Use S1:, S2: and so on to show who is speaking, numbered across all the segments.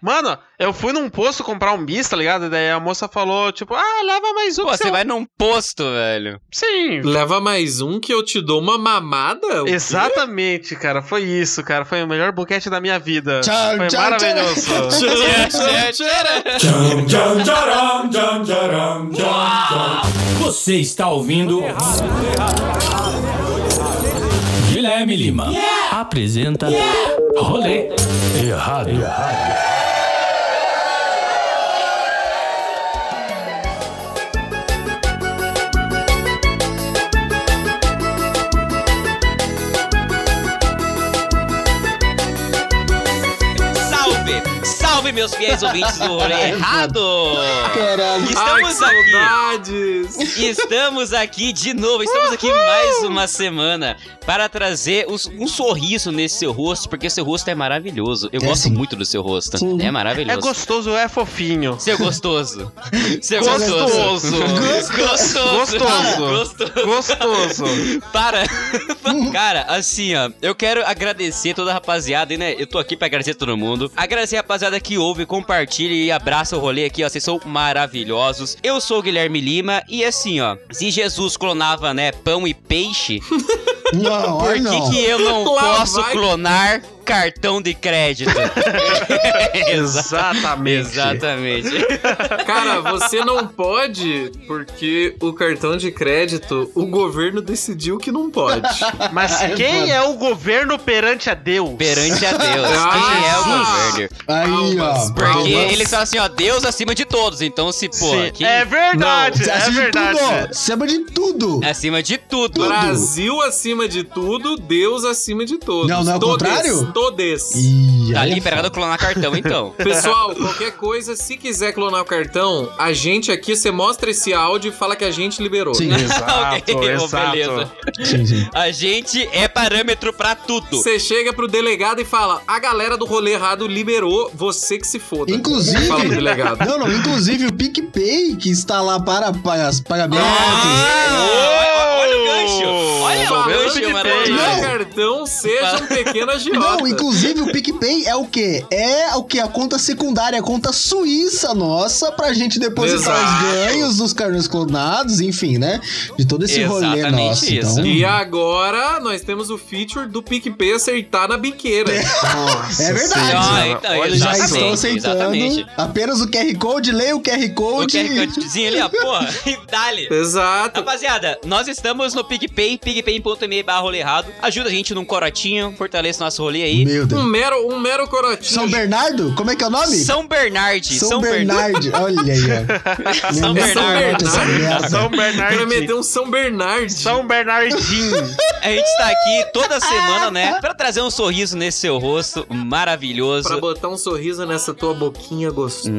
S1: Mano, eu fui num posto comprar um bis, tá ligado? Daí a moça falou, tipo, ah, leva mais um.
S2: Pô,
S1: que
S2: você
S1: eu-
S2: vai num posto, velho.
S1: Sim.
S3: Leva mais um que eu te dou uma mamada? O quê?
S1: Exatamente, cara. Foi isso, cara. Foi o melhor boquete da minha vida.
S2: Tchau,
S1: Foi
S2: tchau,
S1: maravilhoso.
S4: Tcham, tcham, tcharam, tcham, tcharam, tcham, tcham. Você está ouvindo. Guilherme Lima apresenta Rolê Errado.
S2: Salve! Salve, meus fiéis ouvintes do Rolê Errado! Estamos
S3: Ai, que
S2: aqui!
S3: saudades!
S2: Estamos aqui de novo, estamos aqui mais uma semana para trazer os- um sorriso nesse seu rosto, porque seu rosto é maravilhoso. Eu gosto muito do seu rosto. É
S1: É
S2: maravilhoso.
S1: gostoso, é fofinho.
S2: Seu gostoso. Seu
S1: Gostoso.
S2: gostoso. Gostoso.
S1: Gostoso.
S2: Gostoso.
S1: Gostoso.
S2: Para! Cara, assim, ó, eu quero agradecer toda a rapaziada, e, né? Eu tô aqui pra agradecer todo mundo. Agradecer a rapaziada que ouve, compartilha e abraça o rolê aqui, ó. Vocês são maravilhosos. Eu sou o Guilherme Lima e assim, ó, se Jesus clonava, né, pão e peixe,
S5: Não,
S2: por
S5: ai,
S2: que,
S5: não.
S2: que eu não
S3: Lá
S2: posso
S3: vai.
S2: clonar cartão de crédito?
S1: Exatamente.
S2: Exatamente.
S3: Cara, você não pode porque o cartão de crédito, o governo decidiu que não pode.
S1: Mas
S5: Ai,
S1: quem
S5: mano.
S1: é o governo perante a Deus?
S2: Perante a Deus, quem é o
S3: Ah.
S2: governo?
S5: Aí,
S3: Palmas,
S5: ó.
S2: Porque
S3: Palmas.
S2: eles falam assim, ó, Deus acima de todos. Então, se, pô,
S1: Sim.
S2: aqui-
S1: É verdade,
S5: Você
S1: é
S5: acima de
S1: verdade.
S5: tudo. Você acima de tudo.
S2: Acima de tudo.
S3: Brasil acima de tudo, Deus acima de todos.
S5: Não, não é o
S3: Todes,
S5: contrário?
S3: Todes.
S5: Ih,
S2: Tá
S5: aí é
S2: liberado clonar cartão, então.
S3: Pessoal, qualquer coisa, se quiser clonar o cartão, a gente aqui, você mostra esse áudio e fala que a gente liberou.
S5: Sim, é,
S2: Ok,
S1: Exato,
S2: ô,
S1: Ah, exato.
S2: beleza.
S5: sim, sim.
S2: A gente é parâmetro pra tudo.
S3: Você chega pro delegado e fala: a galera do rolê errado liberou, você que se foda.
S5: Inclusive-
S3: Fala pro delegado.
S5: Não, não, inclusive o PicPay que está lá para pagas- pagamentos.
S2: Ah, olha, olha o gancho. Olha o
S3: Falando
S2: gancho,
S3: de clonar
S2: maravilhoso.
S3: cartão, seja um pequeno agiota.
S5: Não, inclusive o PicPay é o quê? É o que? A conta secundária, a conta suíça nossa, pra gente depositar
S3: Exato.
S5: os ganhos dos carnes clonados, enfim, né? De todo esse rolê
S2: Exatamente
S5: nosso.
S2: isso.
S5: Então,
S3: E agora nós temos o feature do PicPay acertar na biqueira.
S1: Nossa
S5: É verdade.
S1: senhora,
S2: Ah, então,
S1: olha
S2: eles
S5: já
S1: só.
S2: Exatamente,
S5: estão aceitando
S2: exatamente.
S5: apenas o QR Code, leia o QR
S2: O
S5: Code.
S2: QR um ali, ó, porra. E dali.
S3: Exato.
S2: Rapaziada, nós estamos no PicPay, picpay.me barra rolê errado. Ajuda a gente num corotinho, fortaleça nosso rolê aí.
S5: Meu Deus.
S3: Um mero, um mero corotinho.
S5: São Bernardo? Como é que é o nome?
S2: São Bernard.
S5: São Bernardo. Olha aí, ó.
S2: São
S5: Lembrei da
S2: Bernardo.
S5: morte dessa merda.
S1: São
S3: Pra meter
S1: Bernardinho.
S3: um São Bernard.
S1: São Bernardinho.
S2: A gente tá aqui toda semana, né? Pra trazer um sorriso nesse seu rosto maravilhoso.
S3: Pra botar um sorriso nessa tua boquinha
S2: Hum,
S3: gostosa.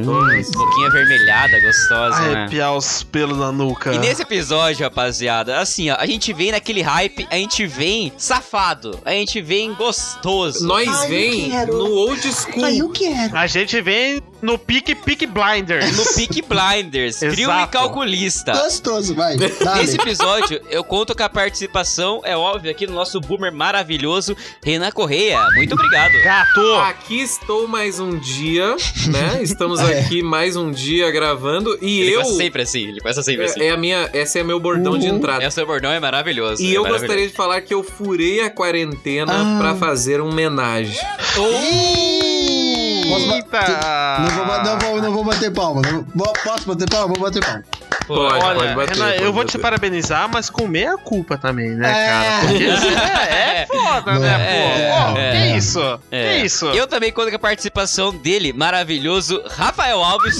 S2: boquinha vermelhada, gostosa,
S3: é
S2: né?
S1: Arrepiar os pelos na nuca.
S2: E nesse episódio, rapaziada, assim, ó, a gente vem naquele hype, a gente vem safado, a gente vem gostoso.
S3: Nós
S5: Ai, eu
S3: vem
S5: quero.
S3: no old school.
S5: Aí eu quero.
S1: A gente vem no pique pique blinders.
S2: No Peak Blinders, frio e
S1: Exato.
S2: calculista.
S5: Gostoso, vai. Dale.
S2: Nesse episódio, eu conto com a participação, é óbvio, aqui do nosso boomer maravilhoso, Renan Correia. Muito obrigado.
S1: Gato.
S3: Aqui estou mais um dia, né? Estamos
S5: É.
S3: aqui mais um dia gravando e
S2: Ele
S3: eu
S2: começa sempre assim, ele começa sempre assim.
S3: é, é a minha, esse é meu bordão de
S5: Uhum.
S3: entrada.
S2: É, o seu bordão é maravilhoso.
S3: E
S2: é
S3: eu
S2: maravilhoso.
S3: gostaria de falar que eu furei a quarentena
S5: Ah.
S3: pra fazer um homenagem.
S5: Posso ba-
S1: Eita.
S5: Não vou, ba- não, vou, não vou bater palma. não vou- posso bater palma? Vou bater palma.
S3: Pode,
S1: Olha,
S3: pode bater,
S1: Renan,
S3: pode
S1: eu vou
S3: bater.
S1: te parabenizar, mas com meia culpa também, né,
S5: É.
S1: cara? Porque é, é foda, né,
S2: É,
S1: pô? Pô,
S2: é.
S1: que isso? Que isso? Eu...
S2: Eu também conto com a participação dele, maravilhoso, Rafael Alves.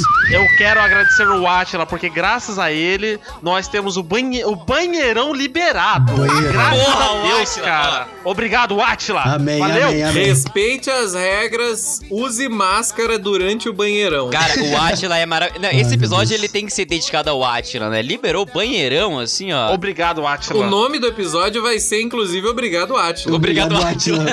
S1: quero agradecer o Atila, porque graças a ele, nós temos o, banhe... o banheirão liberado.
S5: Banheiro.
S1: Graças
S2: Porra,
S1: a Deus,
S2: Átila,
S1: cara. Obrigado, Atila.
S2: Tá.
S5: Amém,
S1: Valeu.
S5: amém, amém.
S3: Respeite as regras, use máscara durante o banheirão.
S2: Cara, o Atila é maravilhoso. Esse
S5: meu
S2: episódio
S5: Deus.
S2: ele tem que ser dedicado ao Atila, né? Liberou o banheirão, assim, ó.
S1: Obrigado,
S3: O
S1: Atila.
S3: nome do episódio vai ser, inclusive, Obrigado, Atila.
S2: Obrigado,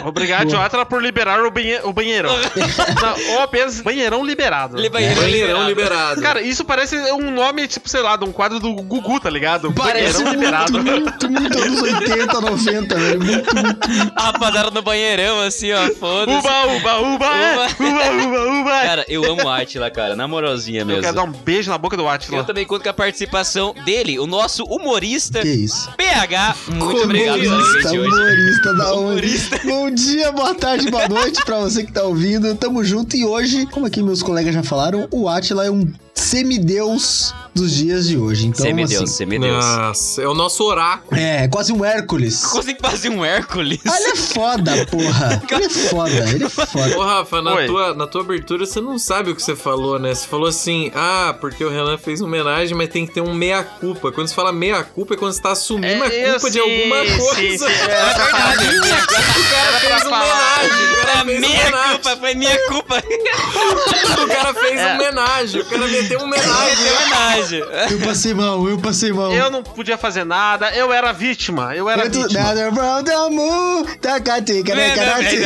S1: Obrigado,
S5: Boa.
S1: Atila, por liberar o, banhe... o banheirão. Não, ou apenas banheirão liberado.
S2: Ele banheirão,
S3: Banheirão liberado.
S1: Cara, isso parece um nome, tipo, sei lá, de um quadro do Gugu, tá ligado?
S5: Parece
S2: um
S1: Banheirão
S5: muito, muito, muito anos 80, 90, velho. Muito, muito.
S2: A rapaziada no banheirão, assim, ó. Foda-se.
S1: Uba, uba, uba, é. uba, uba, uba. é.
S2: Cara, eu amo o Atila, cara. Na moralzinha
S1: Eu quero
S2: mesmo.
S1: dar um beijo na boca do
S2: Eu
S1: Atila.
S2: também conto com a participação dele, o nosso humorista
S5: Que isso?
S2: PH. Muito obrigado pela
S5: humorista,
S2: gente hoje.
S5: humorista da
S2: Humorista.
S5: humorista. Bom dia, boa tarde, boa noite pra você que tá ouvindo. Tamo junto e hoje, como aqui meus colegas já falaram, o Atila é um semideus dos dias de hoje. Então,
S2: Semideus,
S5: assim,
S2: semideus.
S3: Nossa, é o nosso oráculo.
S5: é quase um Hércules.
S2: Consegui fazer um Hércules.
S5: Ah, ele é foda, porra. Ele é foda, ele é foda.
S3: Ô, Rafa, na
S1: Oi.
S3: tua, na tua abertura você não sabe o que você falou, né? Você falou assim, ah, porque o Renan fez uma homenagem, mas tem que ter um meia-culpa. Quando você fala meia-culpa é quando você tá assumindo a culpa de alguma coisa.
S1: é verdade.
S3: O cara fez uma homenagem, o cara
S2: Foi
S3: fez uma
S2: minha
S3: homenagem.
S2: culpa, foi minha culpa.
S3: O cara fez uma homenagem, o cara meteu uma homenagem.
S2: Foi homenagem.
S5: Eu passei mal, eu passei mal.
S1: Eu não podia fazer nada, eu era vítima, eu era
S5: Muito
S1: vítima.
S5: nada, from the moon, tacati, caracati.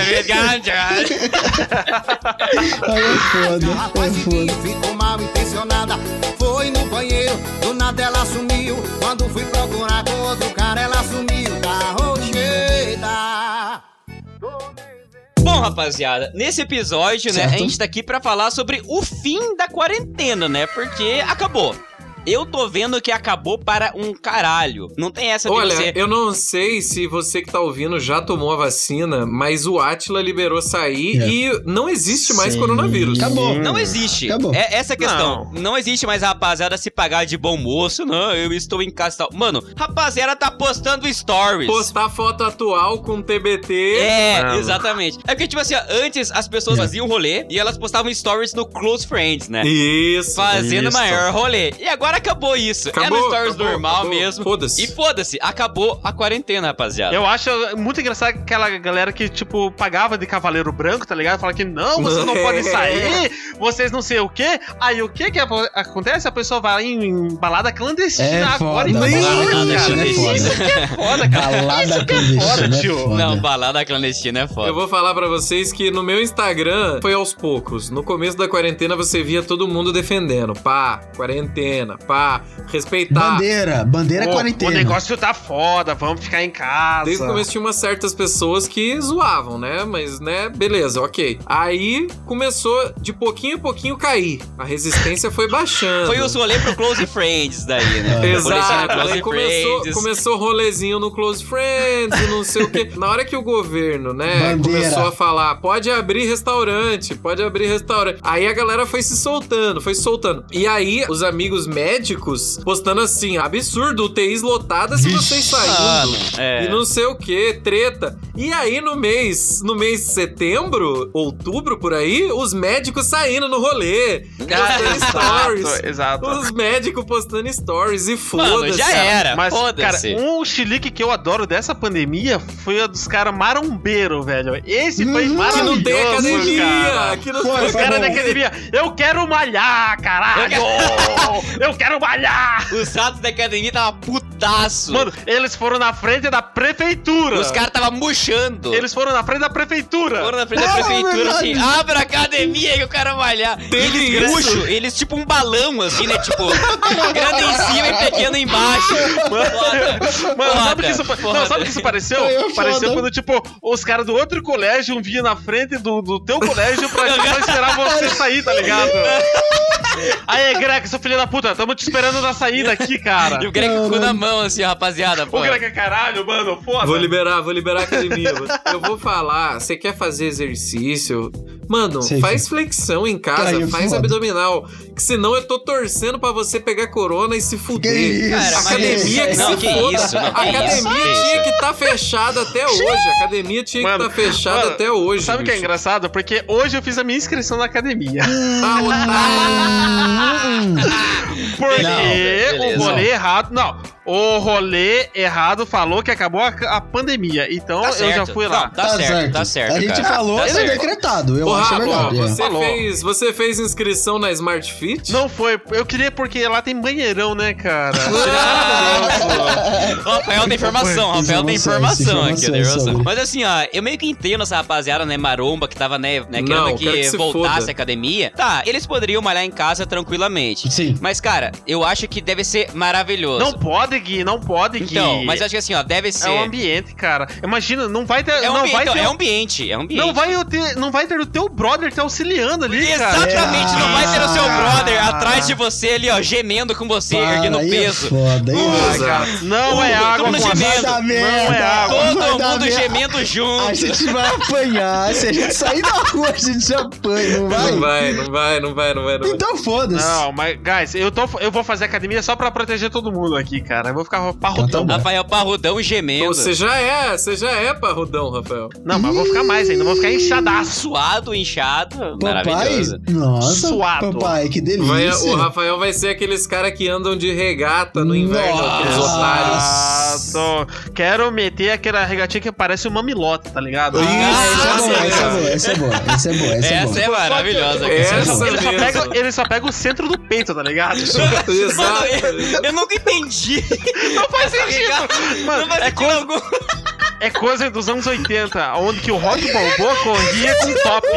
S5: tá. Aí é foda,
S6: A rapaz
S5: é foda.
S6: que ficou mal intencionada Foi no banheiro, do nada ela sumiu Quando fui procurar com outro cara ela sumiu Da rocheda
S2: Bom, rapaziada, nesse episódio, né,
S5: Certo.
S2: a gente tá aqui pra falar sobre o fim da quarentena, né? Porque acabou. Eu tô vendo que acabou para um caralho. Não tem essa de
S3: Olha,
S2: você.
S3: eu não sei se você que tá ouvindo já tomou a vacina, mas o Atila liberou sair
S5: É.
S3: e não existe mais
S5: Sim.
S3: coronavírus.
S5: Acabou.
S2: Não existe.
S5: Acabou.
S2: É essa a questão. Não.
S1: Não.
S2: existe mais a rapaziada se pagar de bom moço. Não, eu estou em casa. e tal. Mano, rapaziada tá postando stories.
S3: Postar foto atual com TBT.
S2: É,
S1: Mano.
S2: exatamente. É porque, tipo assim, ó, antes as pessoas faziam rolê e elas postavam stories no Close Friends, né?
S3: Isso.
S2: Fazendo
S3: isso.
S2: maior rolê. E agora acabou isso. é no
S3: Acabou,
S2: Stories
S3: acabou,
S2: normal
S3: acabou.
S2: mesmo.
S3: Foda-se.
S2: E foda-se, acabou a quarentena, rapaziada.
S1: Eu acho muito engraçado aquela galera que, tipo, pagava de cavaleiro branco, tá ligado? Fala que não, vocês não
S3: É.
S1: podem sair, vocês não sei o quê. Aí o que que apo- acontece? A pessoa vai em, em balada clandestina
S5: É
S1: agora
S5: foda,
S1: e
S5: balada
S1: cara.
S5: clandestina é foda.
S1: Isso que é foda, cara.
S5: Balada
S1: foda,
S5: clandestina, é
S1: tio.
S5: foda.
S2: Não, balada clandestina é foda.
S3: Eu vou falar pra vocês que no meu Instagram foi aos poucos. No começo da quarentena você via todo mundo defendendo. Pá, quarentena, pá, respeitar.
S5: Bandeira, bandeira
S1: Pô,
S5: quarentena.
S1: O negócio tá foda, vamos ficar em casa.
S3: Desde o começo tinha umas certas pessoas que zoavam, né? Mas, né, beleza, ok. Aí começou de pouquinho em pouquinho cair. A resistência foi baixando.
S2: Foi os rolê pro Close Friends daí, né?
S5: É.
S2: Polícia no
S3: Exato,
S2: Close
S3: aí começou,
S2: Friends.
S3: começou rolezinho no Close Friends, e não sei o quê. Na hora que o governo, né,
S5: Bandeira.
S3: começou a falar, pode abrir restaurante, pode abrir restaurante. Aí a galera foi se soltando, foi se soltando. E aí, os amigos médicos postando assim, absurdo, UTIs lotadas e vocês
S2: Mano,
S3: saindo.
S2: é.
S3: E não sei o que, treta. E aí, no mês, no mês de setembro, outubro, por aí, os médicos saindo no rolê, postando stories.
S1: Exato, exato.
S3: Os médicos postando stories e
S2: Mano,
S3: foda-se.
S2: já era.
S1: Mas, cara,
S2: É, Foda-se.
S1: um chilique que eu adoro dessa pandemia foi a dos caras marombeiro, velho. Esse foi
S5: Hum,
S1: maravilhoso,
S3: Que não tem academia.
S1: cara.
S3: Que não
S5: Foi,
S3: tem
S1: Os caras da
S5: bom.
S1: academia, eu quero malhar, caralho! Eu quero malhar!
S2: Os ratos da academia tava putaço.
S1: um- Mano, eles foram na frente da prefeitura!
S2: os caras tava murchando.
S1: Eles foram na frente da prefeitura!
S2: Foram na frente da
S5: Ah,
S2: prefeitura
S5: verdade.
S2: assim, abre a academia que eu quero malhar. E
S3: Teve
S2: eles
S3: isso?
S2: murcho, eles tipo um balão assim, né? Tipo, grande em cima e pequeno embaixo.
S1: Mano,
S2: Foda,
S1: sabe o que isso, pa-
S2: foda.
S1: não, sabe o que isso pareceu?
S2: é
S5: Foi eu,
S1: pareceu
S5: foda.
S1: quando, tipo, os caras do outro colégio vinham na frente do, do teu colégio pra só esperar você sair, tá ligado? Aí, Greco, seu filho da puta, tamo te esperando na saída aqui, cara.
S2: E o Greg com o cu na mão assim, rapaziada. Pô.
S1: O Greco é caralho, mano, foda.
S3: Vou liberar, vou liberar a academia. Eu vou falar, você quer fazer exercício? Mano,
S5: Sei,
S3: faz flexão em casa,
S5: Cara, eu
S3: faz
S5: foda.
S3: abdominal. Que senão eu tô torcendo pra você pegar corona e se fuder.
S5: Que isso,
S2: Cara, mas-
S3: academia que
S2: Não,
S3: se
S2: que
S3: foda.
S2: é isso, não, que isso,
S3: academia
S2: que isso.
S3: tinha que estar fechada até hoje. Academia tinha que estar
S1: Mano,
S3: fechada
S1: mano,
S3: até hoje.
S1: Sabe o que é
S3: bicho.
S1: engraçado? Porque hoje eu fiz a minha inscrição na academia.
S3: Ah, otário.
S5: Hum, hum.
S1: Porque
S2: Não,
S1: o
S2: beleza.
S1: rolê errado. Não, O rolê errado falou que acabou a, a pandemia. Então
S2: Tá
S1: eu
S2: certo.
S1: já fui lá.
S2: Não, tá, certo, tá certo.
S5: A gente
S2: cara.
S5: falou,
S2: tá
S5: é
S2: certo.
S5: decretado. Eu
S3: Ô,
S5: acho é
S3: Rabo,
S5: verdade. é.
S3: você,
S1: Falou.
S3: fez, você fez inscrição na Smart Fit?
S1: Não foi, eu queria porque lá tem banheirão, né, cara?
S2: Rafael tem Ah, informação, Rafael tem informação aqui,
S5: Informação,
S2: né, informação.
S5: sobre.
S2: Mas assim, ó, eu meio que entendo essa rapaziada, né, maromba, que tava, né, né querendo
S3: Não,
S2: que,
S3: quero que se
S2: voltasse à
S3: foda.
S2: academia. Tá, eles poderiam malhar em casa tranquilamente.
S5: É. Sim.
S2: Mas, cara, eu acho que deve ser maravilhoso.
S1: não pode, Gui, não pode, Gui.
S2: Então, mas eu acho que assim, ó, deve ser...
S1: É um ambiente, cara. Imagina, não vai ter.
S2: É um
S1: não,
S2: ambiente,
S1: vai
S2: então,
S1: ter
S2: é um ambiente, é um ambiente.
S1: não, vai eu ter, não vai ter o teu brother te auxiliando ali, cara.
S2: Exatamente, não vai ter o seu
S1: Ah.
S2: brother atrás de você ali, ó, gemendo com você,
S5: Para,
S2: erguendo
S5: aí é
S2: peso.
S5: Foda, hein?
S1: Ah, cara, Não é
S2: Uh, Todo
S1: água
S2: mundo
S1: com
S2: gemendo.
S5: Vai
S1: açúcar.
S5: dar merda.
S1: Não é água.
S5: vai
S2: Todo
S5: dar
S2: mundo
S5: merda.
S2: gemendo junto.
S5: A gente vai apanhar. Se a gente sair da rua, a gente apanha, não vai?
S3: Não vai, não vai, não vai, não vai. Não vai.
S5: Então foda-se.
S1: Não, mas, guys, eu, tô, eu vou fazer academia só pra proteger todo mundo aqui, cara. Eu vou ficar parrudão.
S5: Então tá
S2: Rafael Parrudão gemendo.
S3: Você já é, você já é parrudão, Rafael.
S1: não, mas eu vou ficar mais ainda, eu vou ficar inchadaço.
S2: Suado, inchado.
S5: Papai?
S2: Maravilhoso.
S5: Nossa,
S1: Suado.
S5: papai, que delícia.
S3: Vai- o Rafael vai ser aqueles caras que andam de regata no inverno, aqueles
S5: Nossa.
S3: otários.
S1: Exato. Ah, Quero meter aquela regatinha que parece um mamilote, tá ligado?
S5: Ah, essa é
S3: Nossa,
S5: boa, essa é
S3: cara.
S5: boa, essa é boa, essa é boa, essa é
S2: Essa
S5: boa.
S2: é maravilhosa. cara.
S5: Essa
S3: Essa
S1: Ah, Ele só,
S3: mesmo.
S1: pega, ele só pega o centro do peito, tá ligado?
S2: Mano,
S3: Exato.
S2: eu, eu nunca entendi.
S5: É
S1: Não faz
S2: Não
S1: sentido. Mano,
S2: faz
S1: é,
S2: sentido
S1: coisa,
S2: algum.
S1: é coisa dos anos 80, onde que o Rock Balboa corria com top.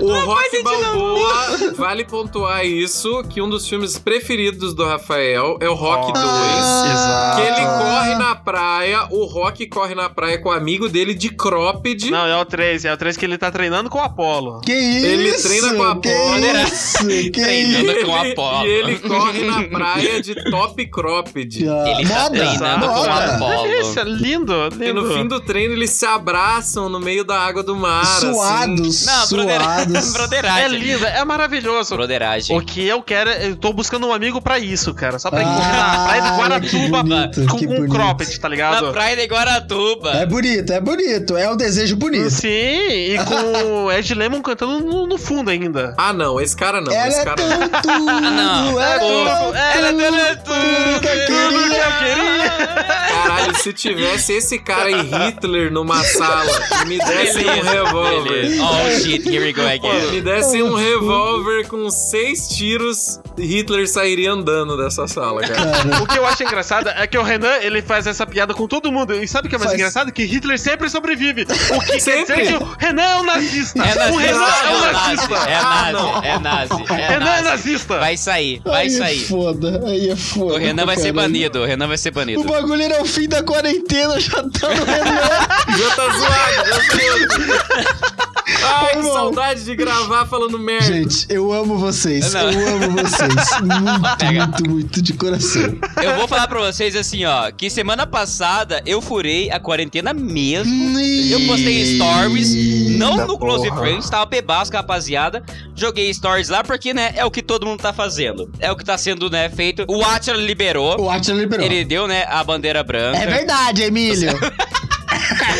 S3: O Rock Balboa, vale pontuar isso, que um dos filmes preferidos do Rafael é o Rock 2.
S1: Ah,
S3: Que ele corre na praia, o Rock corre na praia com o amigo dele de cropped.
S1: Não, é o 3, é o 3 que ele tá treinando com o Apollo.
S5: Que isso?
S3: Ele treina com a
S5: que
S3: bola.
S5: isso? Que
S2: Treinando
S5: isso?
S3: Ele-
S2: com a bola.
S3: E ele corre na praia de top cropped.
S2: Ele tá treinando com
S5: moda.
S2: a bola.
S1: Delícia, é lindo, lindo.
S3: E no fim do treino eles se abraçam no meio da água do mar. assim.
S5: Suados,
S2: Não, broderagem.
S5: suados.
S1: É
S2: broderagem.
S1: lindo, é maravilhoso.
S2: Broderagem.
S1: O que eu quero, é- eu tô buscando um amigo pra isso, cara. Só pra
S5: Ah,
S1: encontrar a praia de Guaratuba
S5: que bonito,
S1: com
S5: que
S1: com um
S5: bonito.
S1: cropped, tá ligado?
S2: Na praia de Guaratuba.
S5: É bonito, é bonito, é um desejo bonito.
S1: Sim, e com o Ed Lemon cantando no, no fundo ainda.
S3: Ah, não, esse cara não.
S5: ela
S3: esse
S5: é
S3: cara
S5: tão
S2: não,
S5: tudo,
S2: é
S5: ela é tão
S2: Ela
S5: tudo, que eu
S1: é Tudo que
S5: queria.
S1: eu queria.
S3: Caralho, se tivesse esse cara e Hitler numa sala e me dessem um revólver.
S2: Beleza. Oh shit, here we go again.
S3: Me dessem um revólver com seis tiros, Hitler sairia andando dessa sala, cara.
S1: O que eu acho engraçado é que o Renan, ele faz essa piada com todo mundo. E sabe o que é mais
S5: Faz.
S1: engraçado? Que Hitler sempre sobrevive. O que quer
S3: Sempre.
S1: dizer que o Renan é um nazista.
S2: É
S1: o
S2: nazi,
S1: Renan é um nazista.
S2: é
S3: Ah,
S2: nazi, é nazi, é
S1: Renan é
S2: nazi.
S1: nazista.
S2: Vai sair, vai
S5: Aí é
S2: sair.
S5: foda, aí é foda.
S2: O Renan vai ser
S5: caralho.
S2: banido, o Renan vai ser
S5: O
S2: banido.
S5: bagulho era o fim da quarentena, já tá no Renan.
S3: Já tá zoado, já zoado. Ai, que
S5: Irmão.
S3: saudade de gravar falando merda.
S5: Gente, eu amo vocês,
S2: Não.
S5: eu amo vocês. Muito, muito, muito de coração.
S2: Eu vou falar pra vocês assim, ó, que semana passada eu furei a quarentena mesmo. Eu postei stories, não no Close Friends, tava bebaço com a rapaziada. Joguei stories lá porque, né, é o que todo mundo tá fazendo. É o que tá sendo, né, feito. O Atila liberou,
S5: O Atila liberou.
S2: ele deu, né, a bandeira
S5: É
S2: branca.
S5: verdade, Emílio.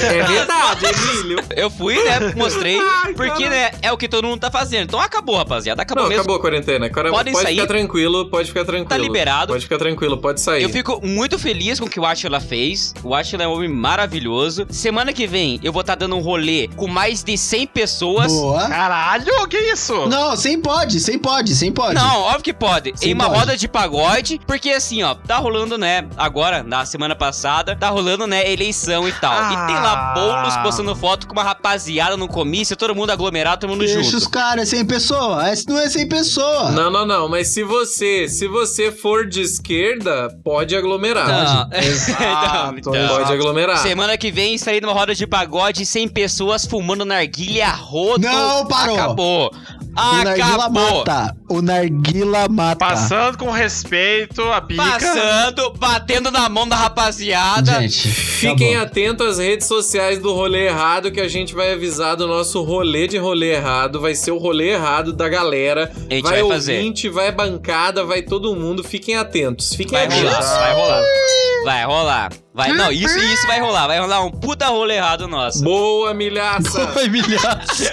S3: É verdade, Emílio.
S2: Eu fui, né, mostrei,
S3: Ai,
S2: porque, né, é o que todo mundo tá fazendo. Então acabou, rapaziada, acabou
S3: Não,
S2: mesmo.
S3: acabou a quarentena. Cara,
S2: Podem
S3: pode
S2: sair. Tá
S3: ficar tranquilo, pode ficar tranquilo.
S2: liberado.
S3: Pode ficar tranquilo, pode sair.
S2: Eu fico muito feliz com o que o Atila fez. O Atila é um homem maravilhoso. Semana que vem eu vou estar dando um rolê com mais de 100 pessoas.
S5: Boa.
S1: Caralho, que isso?
S5: Não, sem pode, sem pode, sem pode.
S2: Não, óbvio que pode.
S5: Sim,
S2: em uma
S5: pode.
S2: roda de pagode, porque assim, ó, tá rolando, né? Agora, na semana passada, tá rolando, né? Eleição e tal.
S1: Ah.
S2: E tem lá bolos postando foto com uma rapaziada no comício, todo mundo aglomerado, todo mundo
S5: Deixa os
S2: junto.
S5: caras sem pessoa. Essa não é sem pessoa.
S3: Não, não, não, mas se você, se você for de esquerda, pode aglomerar.
S2: Não,
S5: ah,
S2: então,
S1: Exato,
S2: então.
S3: Pode aglomerar.
S2: Semana que vem estarei numa roda de pagode 100 pessoas fumando narguilha rodo.
S5: Não, parou.
S2: Acabou.
S5: O narguila
S2: Acabou.
S5: mata. O narguila mata.
S1: Passando com respeito a pica.
S2: Passando, batendo na mão da rapaziada.
S5: Gente,
S3: Fiquem
S5: tá
S3: atentos às redes sociais do rolê errado, que a gente vai avisar do nosso rolê de rolê errado. Vai ser o rolê errado da galera.
S2: A gente
S3: vai
S2: vai fazer.
S3: ouvinte, vai bancada, vai todo mundo. Fiquem atentos. Fiquem
S2: Vai
S3: atentos.
S2: rolar, vai rolar. Vai rolar. Vai, não, isso isso vai rolar. Vai rolar um puta rolê errado nosso.
S3: Boa, milhaça!
S5: Foi milhaço.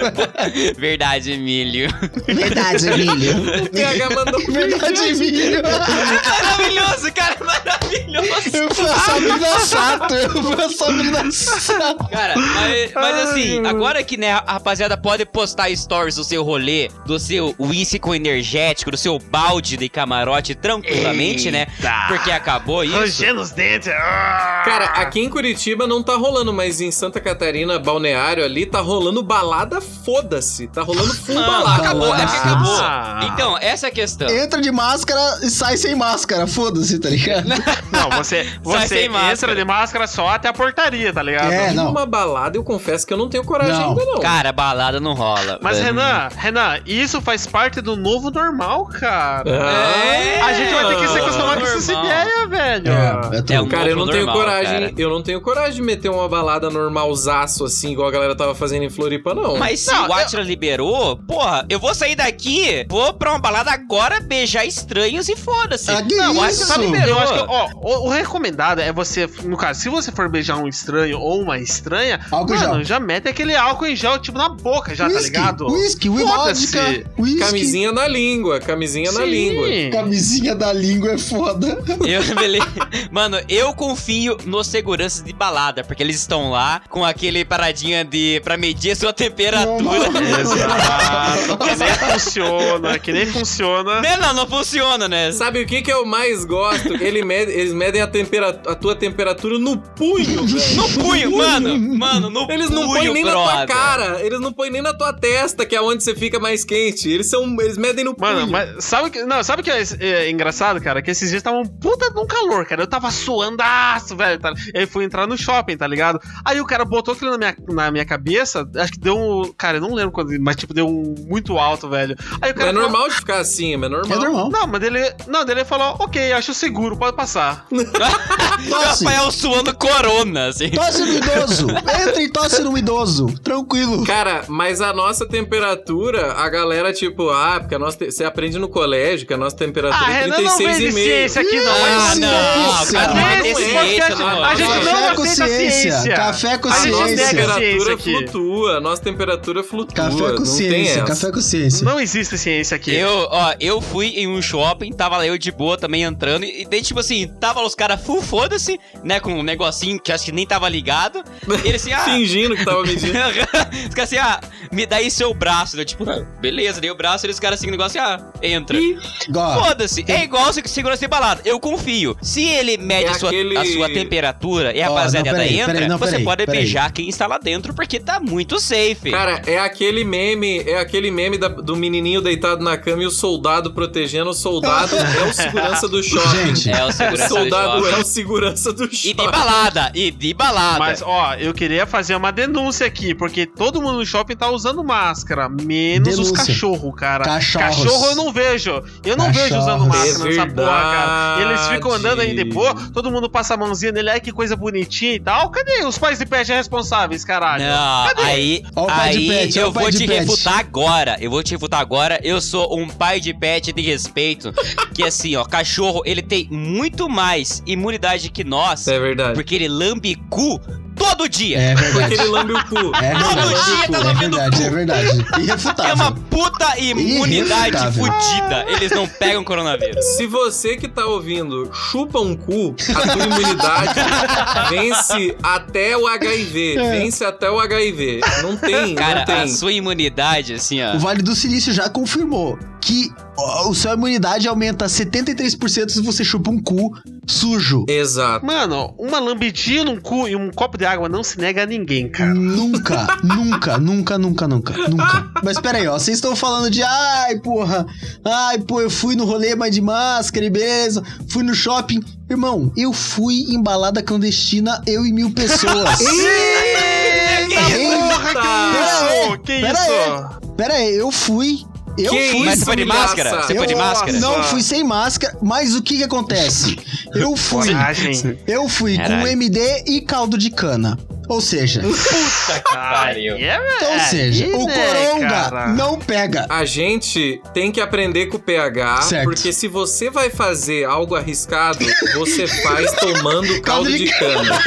S2: Verdade, milho.
S5: Verdade, Emílio.
S3: O PH mandou
S5: Verdade, Emílio.
S2: maravilhoso, cara, maravilhoso.
S5: Eu fui a Sabrina Sato. Eu fui a Sabrina Sato.
S2: Cara, mas, mas assim, agora que né, a rapaziada pode postar stories do seu rolê, do seu whisky com energético, do seu balde de camarote tranquilamente, né? Porque acabou isso.
S1: Rangendo os dentes. Ah!
S3: Cara, aqui em Curitiba não tá rolando, mas em Santa Catarina, balneário ali, tá rolando balada, foda-se. Tá rolando full
S2: Não,
S3: balada.
S2: acabou, é que
S1: Ah.
S2: acabou. Então, essa é a questão.
S5: Entra de máscara e sai sem máscara. Foda-se, tá ligado?
S1: Não, você, você
S2: sem máscara.
S1: entra de máscara só até a portaria, tá ligado?
S5: É,
S3: Eu
S5: não.
S3: Uma balada, eu confesso que eu não tenho coragem
S5: Não.
S3: ainda, não.
S2: Cara, balada não rola.
S1: Mas,
S2: Hum.
S1: Renan, Renan, isso faz parte do novo normal, cara.
S3: Ah.
S2: É.
S1: A gente vai ter que se acostumar com essas
S2: Normal.
S1: ideias, velho.
S5: É, é
S2: É um-
S5: tudo.
S3: Cara, eu não
S2: Novo
S3: tenho
S2: normal,
S3: coragem.
S2: cara.
S3: Eu não tenho coragem de meter uma balada normalzaço assim, igual a galera tava fazendo em Floripa, não.
S2: Mas se
S1: Não,
S2: o Atila liberou, porra, eu vou sair daqui, vou pra uma balada agora, beijar estranhos e foda-se.
S5: Ah, que
S2: não, o Atila
S5: isso?
S2: tá liberou.
S1: Eu acho que, ó, o, o recomendado é você, no caso, se você for beijar um estranho ou uma estranha,
S5: Álcool em
S1: mano,
S5: gel.
S1: já mete aquele álcool em gel, tipo, na boca já,
S5: Whisky,
S1: tá ligado?
S5: Whisky, with
S1: Foda-se.
S5: vodka. Whisky.
S3: Camisinha na língua, camisinha na
S1: Sim.
S3: língua.
S5: Tá Camisinha da língua é foda.
S2: Eu, beleza. Mano, eu confio nos seguranças de balada, porque eles estão lá com aquele paradinha de. pra medir a sua temperatura.
S5: Não,
S1: Exato. que nem funciona, que nem funciona.
S2: Né, não, não funciona, né?
S3: Sabe o que que eu mais gosto? Ele mede- eles medem a, tempera- a tua temperatura no punho, velho.
S2: No punho, mano. Mano, no punho.
S3: Eles não põem nem na tua
S2: brother.
S3: cara, eles não põem nem na tua testa, que é onde você fica mais quente. Eles são, eles medem no
S1: Mano,
S3: punho.
S1: mas sabe o que, não, sabe o que é, é engraçado, cara? Que esses dias tava um puta de um calor, cara. Eu tava suandaço, velho. Tá? Eu fui entrar no shopping, tá ligado? Aí o cara botou aquilo na minha, na minha cabeça. Acho que deu um. Cara, eu não lembro quando, mas tipo, deu um muito alto, velho. Aí o cara.
S3: É
S1: falou-
S3: normal de ficar assim, é normal.
S5: É normal.
S1: Não, mas ele. Não, dele falou, ok, acho seguro, pode passar.
S5: Tosse.
S2: Rafael suando corona, assim.
S5: Tosse no idoso. Entra e tosse no idoso. Tranquilo.
S3: Cara, mas a nossa temperatura, a galera, tipo, ah, porque a nossa. te- Você aprende no colégio que a nossa temperatura
S1: Ah,
S3: é
S1: Renan não vem de
S3: 36,5
S1: ciência aqui, não.
S5: Ah,
S1: mas-
S5: não.
S2: cara, não é
S1: Esse
S2: desse
S1: podcast-
S2: jeito, não.
S1: a gente
S2: Não,
S1: não
S5: Café com
S1: aceita
S5: ciência.
S1: ciência.
S5: Café com
S1: A
S3: A
S1: gente
S3: nossa
S1: nega
S5: ciência.
S1: ciência
S3: temperatura
S1: aqui.
S3: flutua, a nossa temperatura flutua.
S5: Café com
S3: não tem
S5: ciência.
S3: essa.
S5: Café com ciência.
S1: Não existe ciência aqui.
S2: Eu, ó, eu fui em um shopping, tava lá eu de boa também entrando, e daí, tipo assim, tava lá os caras full foda-se, né, com um negocinho que acho que nem tava ligado, e ele assim, ah...
S3: Tá Fingindo que tava medindo.
S2: os caras assim, ah, me dá aí seu braço. Eu, tipo, beleza, dei o braço, eles caras assim, o negócio, ah, entra.
S5: Ó,
S2: Foda-se, é igual se- segurança de balada, eu confio. Se ele mede
S3: É
S2: a, sua,
S3: aquele-
S2: a sua temperatura e a
S5: Ó,
S2: rapaziada
S5: não, peraí,
S2: entra,
S5: peraí, não,
S2: você
S5: peraí,
S2: pode
S5: peraí.
S2: beijar quem está lá dentro, porque tá muito safe.
S3: Cara, é aquele meme, é aquele meme da- do menininho deitado na cama e o soldado protegendo o soldado. é o segurança do shopping.
S5: Gente,
S2: é o
S3: o
S2: segurança do
S3: soldado
S2: shopping.
S3: é o segurança do
S2: E de
S3: shopping.
S2: balada, e de balada.
S1: Mas, ó, eu queria fazer uma denúncia aqui, porque todo mundo no shopping tá usando máscara, menos os
S5: Denúncia.
S1: cachorros, cara.
S5: Cachorros.
S1: Cachorro eu não vejo. Eu não
S5: Cachorros.
S1: vejo usando máscara
S3: É
S1: nessa porra, cara. Eles ficam
S3: verdade.
S1: andando aí de boa, todo mundo passa a mãozinha nele, ai que coisa bonitinha e tal. Cadê os pais de pet responsáveis, caralho?
S2: Não, aí,
S5: Ó o pai de
S2: aí
S5: pet, ó
S2: eu
S5: o pai
S2: vou
S5: de
S2: te
S5: pet.
S2: refutar agora. Eu vou te refutar agora. Eu sou um pai de pet de respeito. que assim, ó, cachorro, ele tem muito mais imunidade que nós.
S3: É verdade.
S2: Porque ele lambe cu todo dia.
S5: é
S3: Porque
S5: verdade.
S3: ele lambe o cu.
S5: É verdade.
S2: dia tá
S5: É
S2: lambendo
S5: verdade, é verdade.
S2: É, uma
S5: Irrefutável.
S2: puta imunidade
S5: Irrefutável.
S2: fudida. Eles não pegam coronavírus.
S3: Se você que tá ouvindo chupa um cu, a tua imunidade vence até o HIV. Vence até o HIV. Não tem,
S2: É. Cara,
S3: não tem.
S2: a sua imunidade, assim, ó.
S5: O Vale do Silício já confirmou que ó, o sua imunidade aumenta 73% se você chupa um cu sujo.
S3: Exato.
S1: Mano, uma lambidinha num cu e um copo de água não se nega a ninguém, cara.
S5: Nunca, nunca, nunca, nunca, nunca, nunca. Mas peraí, ó, vocês estão falando de ai, porra, ai, pô, eu fui no rolê, mas de máscara e beleza, fui no shopping. Irmão, eu fui em balada clandestina, eu e mil pessoas.
S1: Eita porra, que
S5: Pera aí,
S1: isso? Que
S5: pera
S1: isso?
S5: peraí, eu fui, eu
S3: Que
S5: fui.
S2: Mas você
S3: isso,
S2: foi de
S3: milhaça.
S2: máscara? Você foi de
S1: Eu-
S2: máscara?
S5: Não fui sem máscara, mas o que que acontece? Eu fui,
S1: Coragem.
S5: eu fui com
S2: Caralho.
S5: MD e caldo de cana. Ou seja,
S2: Puta que pariu.
S1: é
S5: Então, ou seja,
S1: né,
S5: o Coronga não pega.
S3: A gente tem que aprender com o pH,
S5: Certo.
S3: porque se você vai fazer algo arriscado, você faz tomando caldo de cana.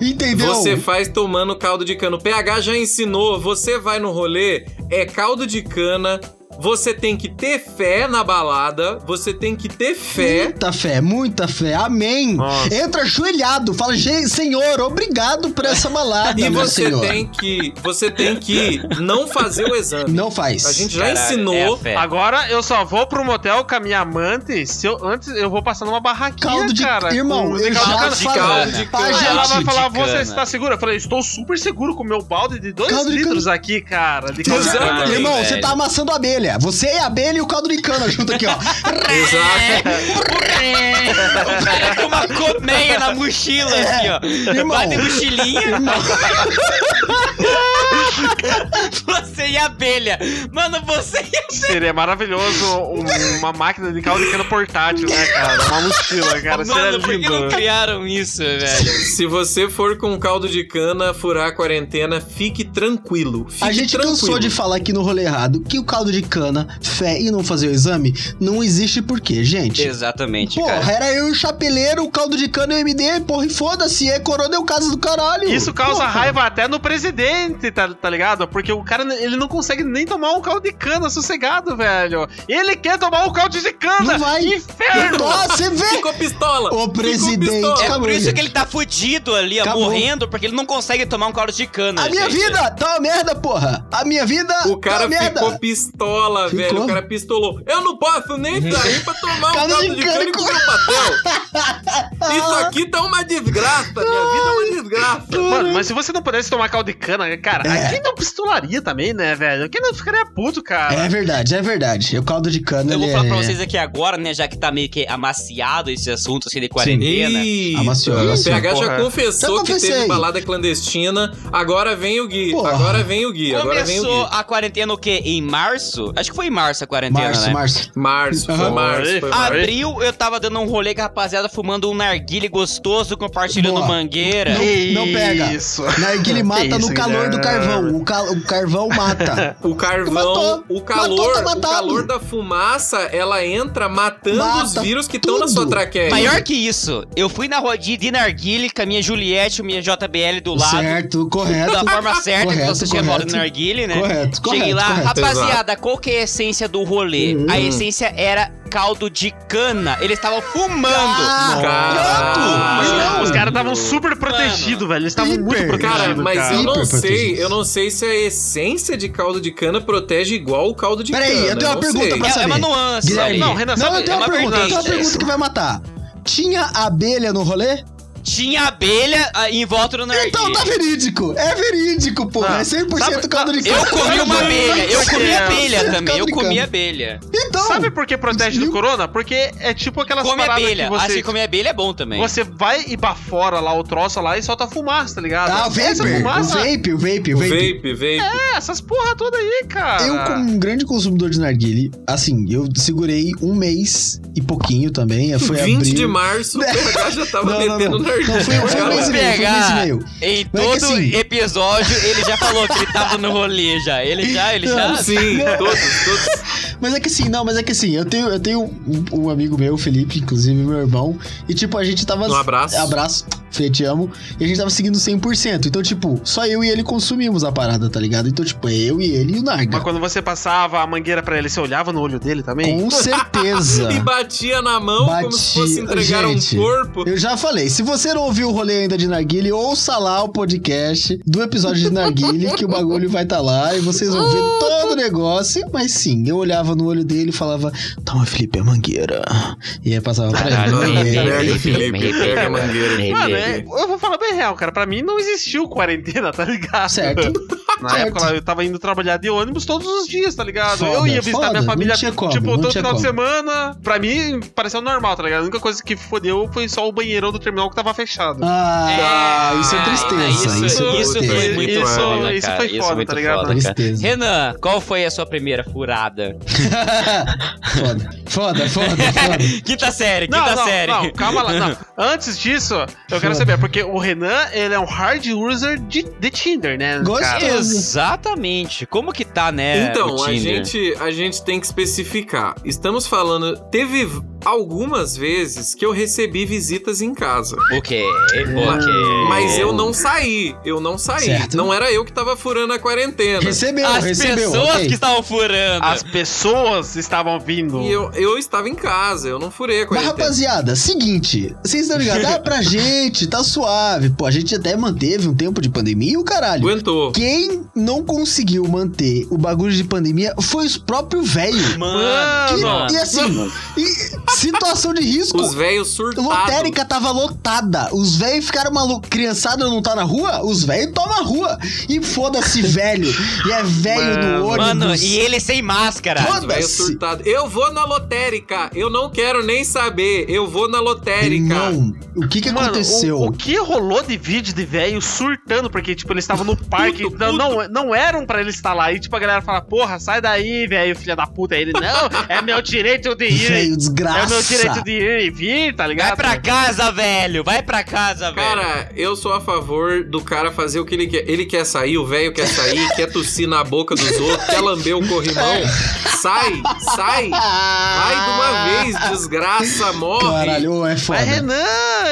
S5: Entendeu?
S3: Você faz tomando caldo de cana. O PH já ensinou, você vai no rolê, é caldo de cana. Você tem que ter fé na balada, você tem que ter fé.
S5: Muita fé, muita fé. Amém.
S1: Nossa.
S5: Entra ajoelhado, fala, "Je- Senhor, obrigado por essa balada,
S3: E
S5: meu
S3: você
S5: senhor.
S3: tem que, você tem que não fazer o exame.
S5: Não faz.
S3: A gente já
S2: Caralho, é a
S3: ensinou.
S2: fé.
S1: Agora eu só vou pro motel com a minha amante se eu antes eu vou passar numa barraquinha,
S5: Caldo de
S1: cara.
S5: irmão,
S1: com-
S5: eu
S1: caldo de
S5: já
S1: cana.
S3: de
S5: falei
S3: caldo de
S5: pra
S3: cana.
S1: Aí ela vai
S5: gente.
S1: falar,
S2: de cana.
S1: você está segura? Eu falei, estou super seguro com o meu balde de dois
S5: Caldo de
S1: litros aqui, cara. De caldo de
S5: Você-
S3: Exato.
S1: cana.
S3: Exatamente,
S5: irmão,
S2: velho.
S5: você tá amassando a abelha. Você é a abelha e o caldo de cana junto aqui, ó.
S2: É.
S3: Exato.
S2: O cara com É. uma colmeia na mochila, assim, ó.
S5: É. Irmão.
S2: Bate mochilinha,
S5: Irmão,
S2: você e a abelha. Mano, você e a
S1: Seria maravilhoso um- uma máquina de caldo de cana portátil, né, cara? Uma mochila, cara. Seria
S2: Mano, por que
S1: lindo.
S2: não criaram isso, velho?
S3: Se você for com caldo de cana furar a quarentena, fique tranquilo. Fique
S5: a gente
S3: tranquilo.
S5: cansou de falar aqui no rolê errado que o caldo de cana, fé e não fazer o exame não existe por quê, gente?
S2: Exatamente,
S5: Porra, era eu e o chapeleiro, o caldo de cana e o MD, porra, e foda-se, é corona é o caso do caralho.
S1: Isso causa
S5: Porra.
S1: raiva até no presidente, tá, tá ligado? Porque o cara, ele não consegue nem tomar um caldo de cana sossegado, velho. Ele quer tomar um caldo de cana!
S5: Não vai.
S1: Que Inferno!
S5: Nossa, você vê!
S3: Ficou pistola.
S5: O
S3: Ficou
S5: presidente
S3: pistola.
S2: É por
S5: Acabou,
S2: isso
S5: gente.
S2: que ele tá fudido ali, ó,
S5: Acabou.
S2: morrendo, porque ele não consegue tomar um caldo de cana.
S5: A minha
S2: gente.
S5: vida tá uma merda, porra! A minha vida
S3: O cara
S5: tá uma merda!
S3: ficou pistola,
S5: Ficou. Uhum.
S3: velho. O cara pistolou. Eu não posso nem sair pra tomar um
S5: Caldo
S3: caldo
S5: de
S3: de cana
S5: cana
S3: e comer um papel. Isso aqui tá uma desgraça. Minha vida é uma desgraça.
S1: Mano, mas se você não pudesse tomar caldo de cana, cara,
S5: É.
S1: quem não pistolaria também, né, velho? Quem não ficaria puto, cara?
S5: É verdade, é verdade. O caldo de cana
S2: Eu vou
S5: ele
S2: falar pra
S5: é-
S2: vocês aqui agora, né, já que tá meio que amaciado esse assunto, assim, de quarentena.
S3: Ih,
S5: Amaciou,
S3: o
S5: amaciou.
S3: PH já
S1: Porra.
S5: Já
S3: confessou que
S5: confessei.
S3: teve balada clandestina. Agora vem o Gui.
S5: Porra.
S3: Agora vem o Gui. Agora vem o
S2: Começou
S3: Gui.
S2: a quarentena o quê? Em março? Acho que foi em março a quarentena,
S5: Março,
S2: né?
S5: março.
S3: Março, foi
S5: Aham.
S3: março,
S2: Ah,
S3: foi março.
S2: Abril, eu tava dando um rolê com a rapaziada fumando um narguile gostoso, compartilhando
S5: Boa.
S2: mangueira.
S5: Não- não pega.
S1: Isso.
S5: Narguile
S1: Que
S5: mata
S1: isso,
S5: no calor do
S1: Guilherme.
S5: carvão. O, ca- o carvão mata.
S3: O carvão,
S5: Matou.
S3: o
S5: Matou, tá
S3: calor, o
S5: matado.
S3: calor da fumaça, ela entra matando os
S5: Mata
S3: vírus que estão na
S5: tudo.
S3: sua traqueia.
S2: Maior que isso, eu fui na rodinha de narguile com a minha Juliette, minha JBL do lado.
S5: certo, correto.
S2: Da forma certa
S5: Correto,
S2: que você tinha falado
S5: correto.
S2: no narguile, né?
S5: Correto,
S2: Cheguei
S5: correto,
S2: lá,
S5: correto.
S2: rapaziada, qual que é a essência do rolê?
S5: Hum.
S2: A essência era caldo de cana. Eles estavam fumando.
S5: Ah,
S1: Mas
S3: Caralho.
S1: não, os caras estavam super protegidos, velho. Eles estavam
S5: Hiper.
S1: muito protegidos.
S3: Cara, mas eu não
S5: Hiper
S3: sei,
S5: protegido.
S3: eu não sei se a essência de caldo de cana protege igual o caldo de cana.
S5: Peraí, eu tenho uma
S3: não
S5: pergunta
S3: sei.
S5: pra
S2: É- é
S5: saber.
S2: uma nuance,
S5: Guilherme.
S2: sabe?
S1: Não, Renan,
S5: Não,
S1: sabe-
S5: eu tenho
S1: é
S5: uma
S1: uma
S5: pergunta, eu tenho uma
S1: pergunta.
S5: pergunta que vai matar. Tinha abelha no rolê?
S2: Tinha abelha ah, em volta do narguile.
S5: Então tá verídico. É verídico, pô.
S1: Não,
S5: É 100%
S1: sabe-
S5: caldo de cana.
S2: Eu comi uma abelha,
S5: né?
S2: eu comi abelha
S5: Caldo
S2: também, eu
S5: de
S2: comi
S5: cana.
S2: abelha.
S5: Então,
S1: Sabe por que protege do
S5: Viu?
S1: corona? Porque é tipo aquelas
S2: Come
S1: paradas
S2: abelha,
S1: que você...
S2: acho que comer abelha é bom também.
S1: Você vai e bafora lá o troço lá e solta fumaça, tá ligado?
S5: Ah, o
S1: Essa
S5: vapor, o
S1: fumaça,
S5: vape, o vape, o
S3: O ah.
S5: vape.
S3: Vape, vape.
S1: é, essas porra toda aí, cara.
S5: Eu, como um grande consumidor de narguile, assim, eu segurei um mês e pouquinho também. É, Foi
S3: 20
S5: abril.
S3: de março, o PH já tava
S5: Não, não,
S3: metendo
S5: não.
S3: narguilha.
S5: Não, foi- foi um mês
S2: Vamos
S5: e meio, foi um mês e
S2: pegar
S5: meio.
S2: em
S5: Mas é que
S2: todo
S5: assim-
S2: episódio, ele já falou que ele tava no rolê já. Ele já, ele já.
S3: Sim, todos, todos.
S5: Mas é que assim, não, mas é que assim, eu tenho, eu tenho um, um amigo meu, Felipe, inclusive meu irmão, e tipo, a gente tava.
S3: Um abraço.
S5: Abraço, Fê, te amo. E a gente tava seguindo 100%. Então, tipo, só eu e ele consumimos a parada, tá ligado? Então, tipo, é eu e ele e o Narga.
S1: Mas quando você passava a mangueira pra ele, você olhava no olho dele também?
S5: Com certeza.
S3: é E batia na mão como se
S5: Bati-
S3: fosse entregar
S5: Gente,
S3: um corpo.
S5: Eu já falei, se você não ouviu o rolê ainda de Narguile, ouça lá o podcast do episódio de Narguile, que o bagulho vai estar lá e vocês vão ver todo o negócio. Mas sim, eu olhava no olho dele e falava, toma, Felipe, é mangueira. E aí passava pra
S2: Caralho,
S5: ele. é,
S2: Felipe,
S5: mangueira.
S2: Felipe,
S3: Caralho, Felipe,
S2: Felipe,
S3: pega a mangueira.
S1: Mano, é-
S2: Felipe.
S1: eu vou falar bem real, cara. Pra mim não existiu quarentena, tá ligado?
S5: Certo.
S1: Na
S5: Certo.
S1: época lá, eu tava indo trabalhar de ônibus todos os dias, tá ligado?
S5: Foda,
S1: eu ia visitar
S5: foda,
S1: minha
S5: não
S1: família,
S5: tinha como,
S1: tipo,
S5: não
S1: todo
S5: tinha
S1: final de
S5: como.
S1: semana. Pra mim, pareceu normal, tá ligado? A única coisa que fodeu foi só o banheirão do terminal que tava fechado.
S5: Ah, isso é tristeza.
S2: isso,
S5: Isso, é
S2: isso
S5: tristeza.
S2: foi muito
S1: Isso-
S2: foda, né,
S1: isso
S2: cara, é
S1: foi foda,
S2: muito
S1: tá ligado?
S2: foda, cara.
S5: Tristeza.
S2: Renan, qual foi a sua primeira furada?
S5: foda. Foda, foda, foda.
S2: quinta série,
S1: Não,
S2: quinta
S1: não,
S2: série.
S1: não, calma lá. não. Antes disso, eu quero
S5: Foda.
S1: saber, porque o Renan, ele é um hard user de, de Tinder, né?
S5: Gostoso.
S2: Exatamente. Como que tá, né? o
S3: Então, a
S2: Tinder?
S3: gente, a gente tem que especificar. Estamos falando. Teve algumas vezes que eu recebi visitas em casa.
S2: Ok, ok.
S3: Mas eu não saí. Eu não saí.
S5: Certo.
S3: Não era eu que tava furando a quarentena.
S5: Recebeu,
S2: As
S5: recebeu.
S2: pessoas
S5: ok.
S2: que estavam furando.
S1: As pessoas estavam vindo.
S3: E eu, eu estava em casa, eu não furei a
S5: Mas,
S3: quarentena.
S5: rapaziada, seguinte, vocês estão ligados? Dá pra gente, tá suave. Pô, a gente até manteve um tempo de pandemia e o caralho.
S3: Aguentou.
S5: Quem não conseguiu manter o bagulho de pandemia foi os próprios velhos.
S1: Mano!
S5: E, e assim, e situação de risco.
S3: Os velhos
S1: tá
S3: surtados.
S5: Lotérica tava lotada. Os velhos ficaram malucos. Criançada não tá na rua? Os velhos toma a rua. E foda-se, velho. E é velho no ônibus.
S2: Mano, e ele sem máscara.
S1: é,
S5: Foda-se.
S3: Velho surtado. Eu vou na lotérica. Eu não quero nem saber. Eu vou na lotérica.
S5: Irmão, o que que
S1: Mano,
S5: aconteceu?
S1: O, o que rolou de vídeo de velho surtando? Porque, tipo, eles estavam no parque. não, não, não eram pra eles estar lá. E, tipo, a galera fala, porra, sai daí, velho, filha da puta. Aí ele, não, é meu direito de ir.
S5: Velho,
S1: é meu
S5: desgraça.
S1: direito de ir e vir, tá
S2: Vai
S1: ligado?
S2: pra casa, velho. Vai pra casa, velho.
S3: Cara, eu sou a favor do cara fazer o que ele quer. Ele quer sair, o velho quer sair, quer tossir na boca dos outros, quer lamber o corrimão. Sai, sai. Vai de uma vez, desgraça, morre.
S5: Caralho, é
S1: Mas
S5: foda.
S1: Renan,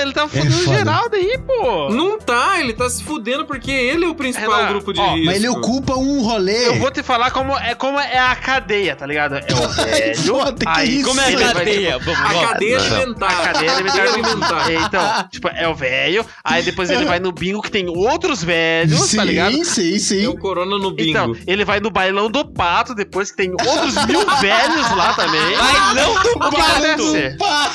S1: ele tá tava fodendo
S5: é foda.
S1: geral daí, pô.
S3: Não tá, ele tá se fudendo porque ele é o principal
S1: Renan,
S3: grupo de
S1: ó,
S3: risco.
S5: Mas ele ocupa um rolê.
S1: Eu vou te falar como é, como é a cadeia, tá ligado? É o
S5: Ai,
S1: velho.
S5: foda, que
S1: aí
S5: isso,
S2: Como é
S1: ele
S2: a
S1: vai,
S2: cadeia?
S3: A cadeia
S1: A
S3: alimentar.
S1: cadeia alimentar do
S3: alimentar.
S1: É, Então, tipo, é o velho, aí depois ele vai no bingo que tem outros velhos,
S5: sim,
S1: tá ligado?
S5: sim,
S3: É
S5: sim.
S3: o corona no bingo.
S1: Então, ele vai no bailão do pato depois que tem outros mil velhos lá também.
S2: Vai não do
S1: O que
S2: pato.
S1: acontece?
S5: Pá,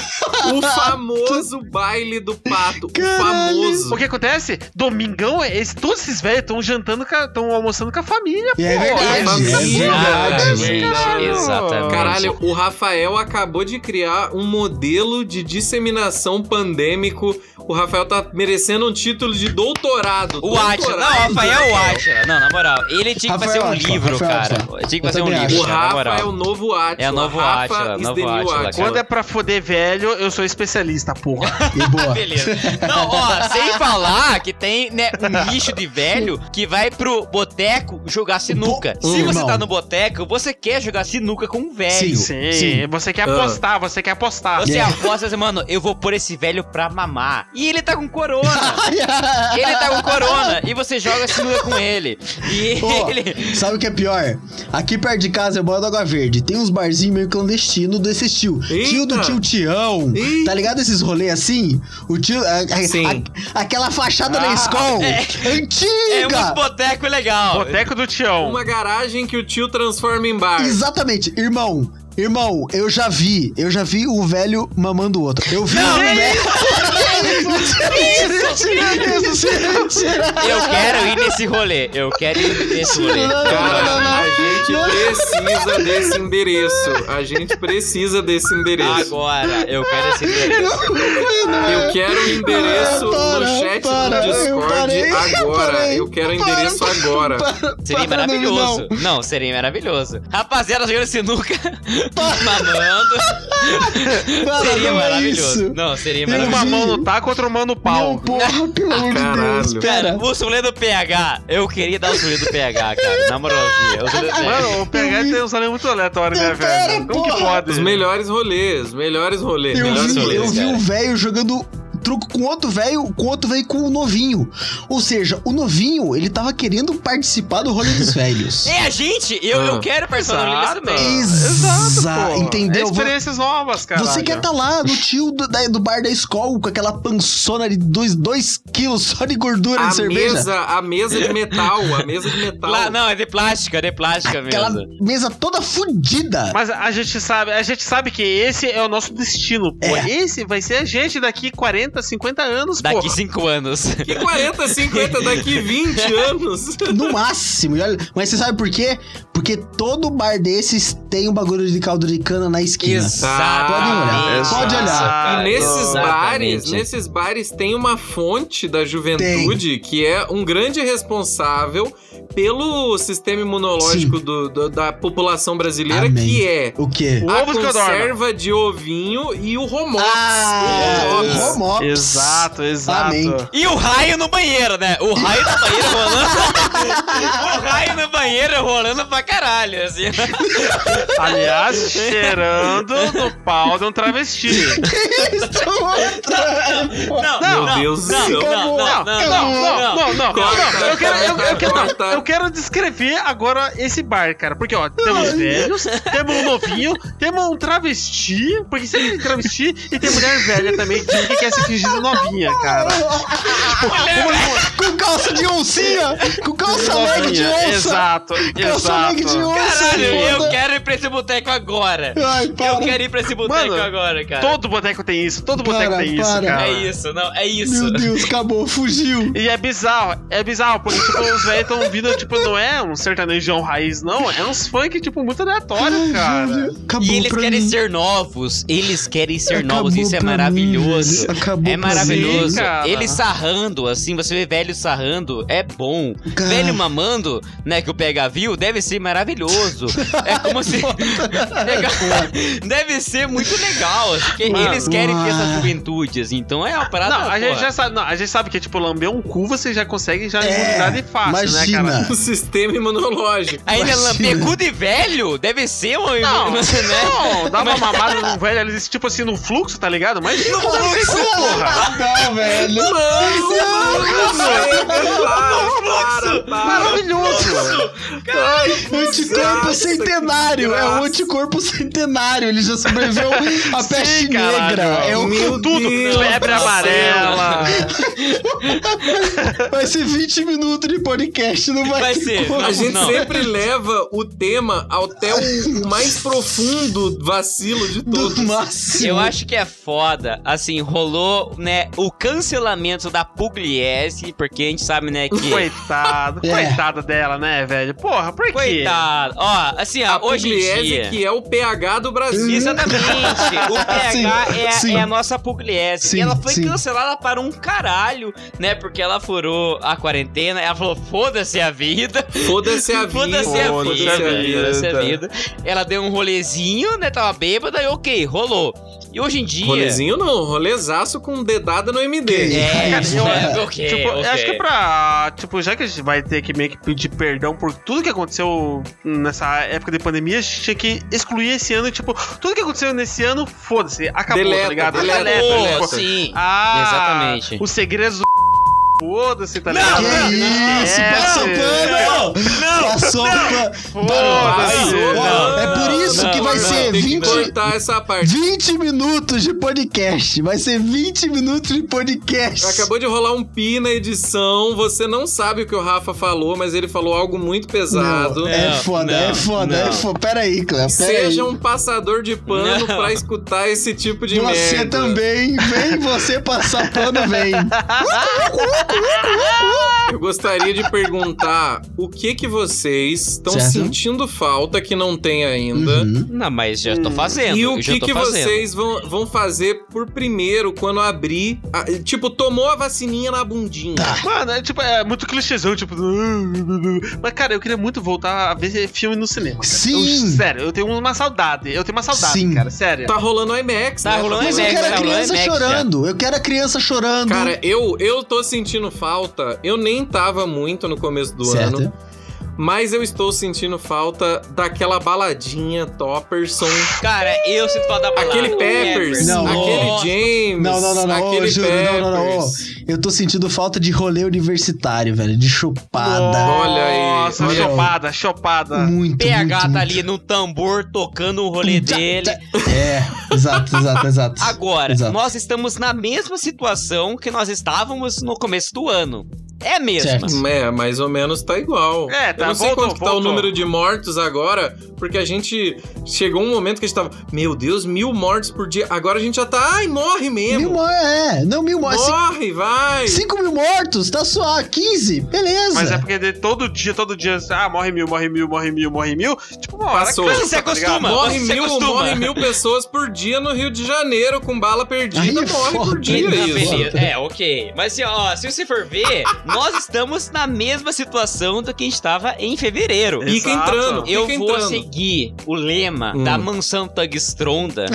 S3: O famoso baile do pato.
S5: Caralho.
S3: O
S1: O
S3: famoso.
S1: que acontece? Domingão, esse- todos esses velhos estão jantando, estão almoçando com a família, pô.
S5: É verdade, é
S3: família,
S5: verdade.
S3: velho.
S2: Exatamente, exatamente.
S3: Caralho, o Rafael acabou de criar um modelo de disseminação pandêmico. O Rafael tá merecendo um título de doutorado.
S2: O Atila. Não,
S3: Doutorado.
S2: Rafael é o Atila. Não, na moral, ele tinha que fazer
S5: Rafael
S2: um
S5: Átila,
S2: livro,
S5: Rafael
S2: cara.
S5: Átila.
S2: Tinha que
S5: Eu
S2: fazer um
S5: também
S2: livro,
S5: acho.
S3: O
S2: na
S3: Rafa é
S2: moral.
S3: o novo Atila.
S2: É o novo
S3: Rafa
S2: Átila, novo
S3: Esdenil
S2: Átila,
S3: Átila.
S1: Quando é pra foder velho, eu sou especialista, porra.
S5: E boa.
S2: Beleza. Não, ó, sem falar que tem, né, um nicho de velho que vai pro boteco jogar sinuca.
S5: Bo-
S2: Se você
S5: Um, Irmão.
S2: tá no boteco, você quer jogar sinuca com um
S5: Sim,
S2: velho.
S1: Sim,
S5: Sim.
S1: você quer
S3: Ah.
S1: apostar, você quer apostar.
S2: Você
S5: Yeah.
S2: aposta assim, mano, eu vou pôr esse velho pra mamar. E ele tá com corona. Ele tá com corona. E você joga sinuca com ele. E
S5: Pô,
S2: ele.
S5: sabe o que é pior? Aqui perto de casa eu moro na Água Verde. Tem uns barzinhos meio clandestinos desse tio.
S3: Eita!
S5: Tio do tio Tião.
S3: Eita!
S5: Tá ligado esses rolês assim? O tio. a- a-
S3: Sim.
S5: a- aquela fachada na escola.
S2: É
S5: Antiga!
S2: um boteco legal.
S1: Boteco do Tião.
S3: é Uma garagem que o tio transforma em bar.
S5: Exatamente, irmão. Irmão, eu já vi, eu já vi um velho mamando o outro. Eu vi um
S1: é
S5: velho. Mentira,
S1: é
S5: mentira, mentira, mentira.
S2: Eu quero ir nesse rolê. Eu quero ir nesse rolê.
S3: Cara, a gente precisa desse endereço. A gente precisa desse endereço.
S2: Agora, eu quero esse endereço.
S3: Eu quero o endereço
S5: Ah, para,
S3: no chat
S5: para,
S3: do
S5: eu
S3: Discord
S5: parei, eu
S3: agora.
S5: parei.
S3: eu quero o endereço agora.
S2: Seria
S5: Para, não,
S2: maravilhoso. Não. seria maravilhoso. Rapaziada, jogando sinuca, mamando.
S5: Para,
S2: seria
S5: não é
S2: maravilhoso.
S5: isso.
S2: Não, seria
S5: Eu
S1: Uma
S5: vi.
S2: maravilhoso.
S1: mão no taco, outra mão no pau.
S5: Não, porra, pelo amor de Deus,
S3: Caralho.
S5: pera.
S2: Cara, o solê do PH. Eu queria dar o solê do PH, cara. Na moralzinha. O solê do PH.
S1: Mano, o PH tem um salário muito aleatório, né,
S5: Eu quero,
S1: velho? Como que
S5: porra.
S1: pode?
S3: Os melhores rolês, os melhores rolês.
S5: Eu
S3: melhores
S5: vi,
S3: rolês.
S5: eu vi
S2: cara.
S5: um velho jogando truco com outro velho, com outro velho com o novinho. Ou seja, o novinho, ele tava querendo participar do rolê dos velhos.
S2: É a gente! Eu, eu
S3: Ah.
S2: quero personalizar
S1: É, Exato.
S2: também.
S5: Exa-
S1: pô.
S5: entendeu?
S1: É experiências novas, cara.
S5: Você quer tá lá no tio do, da- do bar da escola com aquela pançona de 2 quilos só de gordura
S3: A
S5: de cerveja?
S3: mesa, a mesa de metal, a mesa de metal.
S2: Lá- não, é de plástica, é de plástica
S5: Aquela
S2: mesmo.
S5: mesa toda fudida.
S1: Mas a gente sabe, a gente sabe que esse é o nosso destino, pô.
S5: É.
S1: Esse vai ser a gente daqui 40 40, 50 anos, pô.
S2: Daqui cinco anos.
S3: Que 40, 50, daqui 20 anos.
S5: No máximo. e olha- Mas você sabe por quê? Porque todo bar desses tem um bagulho de caldo de cana na esquina.
S2: Exatamente.
S5: Pode olhar.
S1: Ah,
S3: E nesses
S2: Exatamente.
S3: bares, nesses bares tem uma fonte da juventude que é um grande responsável pelo sistema imunológico do- do- da população brasileira,
S5: Amém.
S3: que é
S5: O quê?
S3: a
S1: Ovos que eu adoro.
S3: conserva de ovinho e o romox.
S5: Ah,
S3: O romox.
S5: Romops.
S1: Exato, exato.
S5: Amém.
S2: E o raio no banheiro, né? O raio no banheiro rolando. o raio no banheiro rolando pra caralho, assim.
S1: Aliás, cheirando no pau de um travesti.
S5: Isso, outra.
S2: Não,
S1: Meu
S2: não,
S3: Deus do
S2: não,
S3: céu.
S2: não, não, não, não, não.
S1: não, não.
S3: Corta,
S1: não, Eu quero, eu, eu quero, não,
S3: corta.
S1: eu quero descrever agora esse bar, cara. Porque, ó, temos velhos, temos um novinho, temos um travesti, porque sempre tem travesti e tem mulher velha também que que quer se fingir de novinha, cara.
S5: Com calça de oncinha! Com calça leg de
S1: Novinha,
S5: onça!
S1: Exato,
S5: Calça leg de
S1: exato.
S5: onça!
S2: Caralho, eu
S5: é foda.
S2: quero ir pra esse boteco agora.
S5: Ai,
S2: Eu
S5: para.
S2: quero ir pra esse boteco
S1: Mano,
S2: agora, cara.
S1: Todo boteco tem isso, todo boteco
S5: Para,
S1: tem isso,
S5: para.
S1: cara.
S2: É isso, não, é isso.
S5: Meu Deus, acabou, fugiu!
S1: E é bizarro, é bizarro, porque, tipo, os velhos tão vindo, tipo, não é um sertanejão raiz, não. É uns funk, tipo, muito aleatório, cara.
S5: Júlio, acabou
S2: E eles
S5: pra
S2: querem
S5: mim.
S2: ser novos, eles querem ser
S5: Acabou
S2: novos, isso é
S5: pra mim,
S2: maravilhoso.
S5: velho. Acabou
S2: é
S5: pra mim.
S2: maravilhoso.
S1: Sim, cara.
S2: Eles sarrando, assim, você vê velho sarrando, é bom.
S5: Cara.
S2: Velho mamando, né, que o PH viu, deve ser maravilhoso. é como se. Legal. deve ser muito legal, assim, porque
S1: Mano.
S2: eles querem ter essa
S5: Uau.
S2: juventude, assim, então é uma parada.
S1: Não, a gente
S2: porra.
S1: já sabe, não, a gente sabe que, tipo, lamber um cu você já consegue já
S5: É,
S1: imunidade fácil,
S5: Imagina!
S1: né, cara?
S3: O sistema imunológico.
S2: Ainda
S5: Imagina.
S2: lampecudo e velho? Deve ser uma.
S1: Não,
S2: né?
S1: não, dá uma mamada num velho ali, tipo assim, no fluxo, tá ligado? Mas não deve ser, porra.
S5: Não, velho!
S3: Mano, mano, para, para, para.
S1: Maravilhoso.
S5: Anticorpo
S3: Nossa,
S5: centenário!
S3: que
S5: É um
S3: graça.
S5: anticorpo centenário! Ele já sobreviveu à peste
S1: caralho.
S5: negra! É o
S3: Meu
S1: Tudo,
S3: Deus
S1: febre
S3: do céu.
S1: amarela.
S5: Vai ser 20 minutos de podcast, não vai,
S2: Vai
S5: ter
S2: ser,
S5: como.
S3: A gente
S2: Não.
S3: sempre leva o tema até o mais profundo vacilo de todos.
S5: do máximo.
S2: Eu acho que é foda, assim, rolou, né, o cancelamento da Pugliese, porque a gente sabe, né, que...
S1: Coitado,
S5: É.
S1: coitada dela, né, velho? Porra, por quê?
S2: Coitado. Ó, assim, ó,
S3: A
S2: hoje em
S3: Pugliese,
S2: dia...
S3: que é o pH do Brasil.
S2: Exatamente. O PH
S5: Sim,
S2: é,
S5: sim.
S2: é a nossa Pugliese.
S5: Sim,
S2: e ela foi
S5: sim.
S2: cancelada para um caralho, né, porque ela furou a quarentena, ela falou, foda-se a vida,
S3: Foda-se a vida.
S2: Foda-se a
S1: Foda-se
S2: vida,
S1: a vida.
S2: foda-se a vida. Ela deu um rolezinho, né, tava bêbada e ok, rolou. E hoje em dia...
S3: Rolezinho não, rolezaço com dedada no MD.
S2: É,
S5: Cara, eu-
S2: né, ok,
S1: Tipo, eu acho
S2: ok.
S1: que pra. Tipo, já que a gente vai ter que meio que pedir perdão por tudo que aconteceu nessa época de pandemia, a gente tinha que excluir esse ano. Tipo, tudo que aconteceu nesse ano, foda-se, acabou,
S3: Deleta,
S1: tá ligado?
S3: deleta,
S1: Deleta,
S3: deleta.
S1: tipo,
S2: Ah, sim.
S1: Ah,
S2: Exatamente.
S1: Os segredos do. Foda-se, tá
S2: Não,
S1: ligado?
S5: Que
S2: não, É.
S5: isso, passou pano! Tá Passou pano!
S1: Foda-se,
S5: Mano,
S2: não,
S5: é por isso
S2: não,
S5: que vai
S2: não,
S5: ser
S3: Tem que
S5: 20,
S3: cortar essa parte.
S5: 20 minutos de podcast. Vai ser 20 minutos de podcast.
S3: Acabou de rolar um pi na edição. Você não sabe o que o Rafa falou, mas ele falou algo muito pesado.
S5: Não, é
S2: Não,
S5: foda,
S2: não,
S5: é foda,
S2: não.
S5: é foda. Pera aí, Cléo. Pera
S3: Seja
S5: aí.
S3: um passador de pano
S2: Não.
S3: pra escutar esse tipo de
S5: Você
S3: merda.
S5: também, vem você passar pano, vem.
S3: Eu gostaria de perguntar o que que vocês estão
S5: Certo.
S3: sentindo falta que não tem ainda.
S5: Uhum.
S2: Não, mas já tô fazendo.
S3: E o
S2: já
S3: que,
S2: tô
S3: que
S2: fazendo.
S3: vocês vão, vão fazer por primeiro quando abrir? a- tipo, tomou a vacininha na bundinha.
S5: Tá.
S1: Mano, é tipo, é muito clichêzão, tipo. Mas, cara, eu queria muito voltar a ver filme no cinema. cara.
S5: Sim.
S1: Eu-
S2: é
S1: sério, eu tenho uma saudade. Eu tenho uma saudade,
S5: Sim.
S1: cara, sério.
S3: Tá rolando IMAX,
S2: Tá
S3: né?
S2: rolando
S5: Mas eu
S2: IMAX,
S5: quero a
S2: não,
S5: criança
S2: não é Max,
S5: chorando. Eu quero a criança chorando.
S3: Cara, eu, eu tô sentindo falta. Eu nem tava muito no começo do
S5: certo?
S3: ano. Mas eu estou sentindo falta daquela baladinha Topperson.
S2: Cara, eu sinto falta da palavra.
S3: Aquele Peppers.
S5: Não.
S3: Aquele James.
S5: Não, não, não, não. Ô,
S3: Aquele
S5: Júlio,
S3: Peppers.
S5: não, não, não, ô. Eu tô sentindo falta de rolê universitário, velho. De chupada.
S3: Olha aí,
S1: Nossa,
S5: olha aí.
S1: chopada, chopada.
S5: Muito,
S2: PH
S5: muito,
S2: tá
S5: muito.
S2: ali no tambor tocando o rolê
S5: Tá,
S2: dele.
S5: tá. É, exato, exato, exato.
S2: Agora,
S5: Exato.
S2: nós estamos na mesma situação que nós estávamos no começo do ano. É a mesma.
S5: Certo.
S3: É, mais ou menos tá igual.
S1: É, tá,
S3: Eu não sei
S1: voltou,
S3: quanto que tá o
S1: voltou.
S3: número de mortos agora, porque a gente chegou um momento que a gente tava, meu Deus, mil mortes por dia. Agora a gente já tá, ai, morre mesmo.
S5: Mil mortos, é. Não, mil mortos.
S3: Morre, vai.
S5: 5 mil mortos, tá só 15, beleza.
S1: Mas é porque de- todo dia, todo dia, ah, morre mil, morre mil, morre mil, morre mil. Tipo, uma hora
S3: Passou.
S1: cansa,
S2: Você
S1: tá ligado?
S2: acostuma.
S3: Morre
S2: Você
S3: mil,
S2: acostuma.
S3: morre mil pessoas por dia no Rio de Janeiro com bala perdida.
S5: Aí é
S3: morre
S5: foda,
S3: por dia
S5: né?
S2: Tá,
S3: isso.
S2: beleza. É, ok. Mas assim, ó, se você for ver, nós estamos na mesma situação do que a gente estava em fevereiro.
S1: Exato.
S3: Fica entrando, fica
S2: Eu vou assim.
S3: entrando.
S2: seguir o lema
S3: Hum.
S2: da mansão Tugstronda,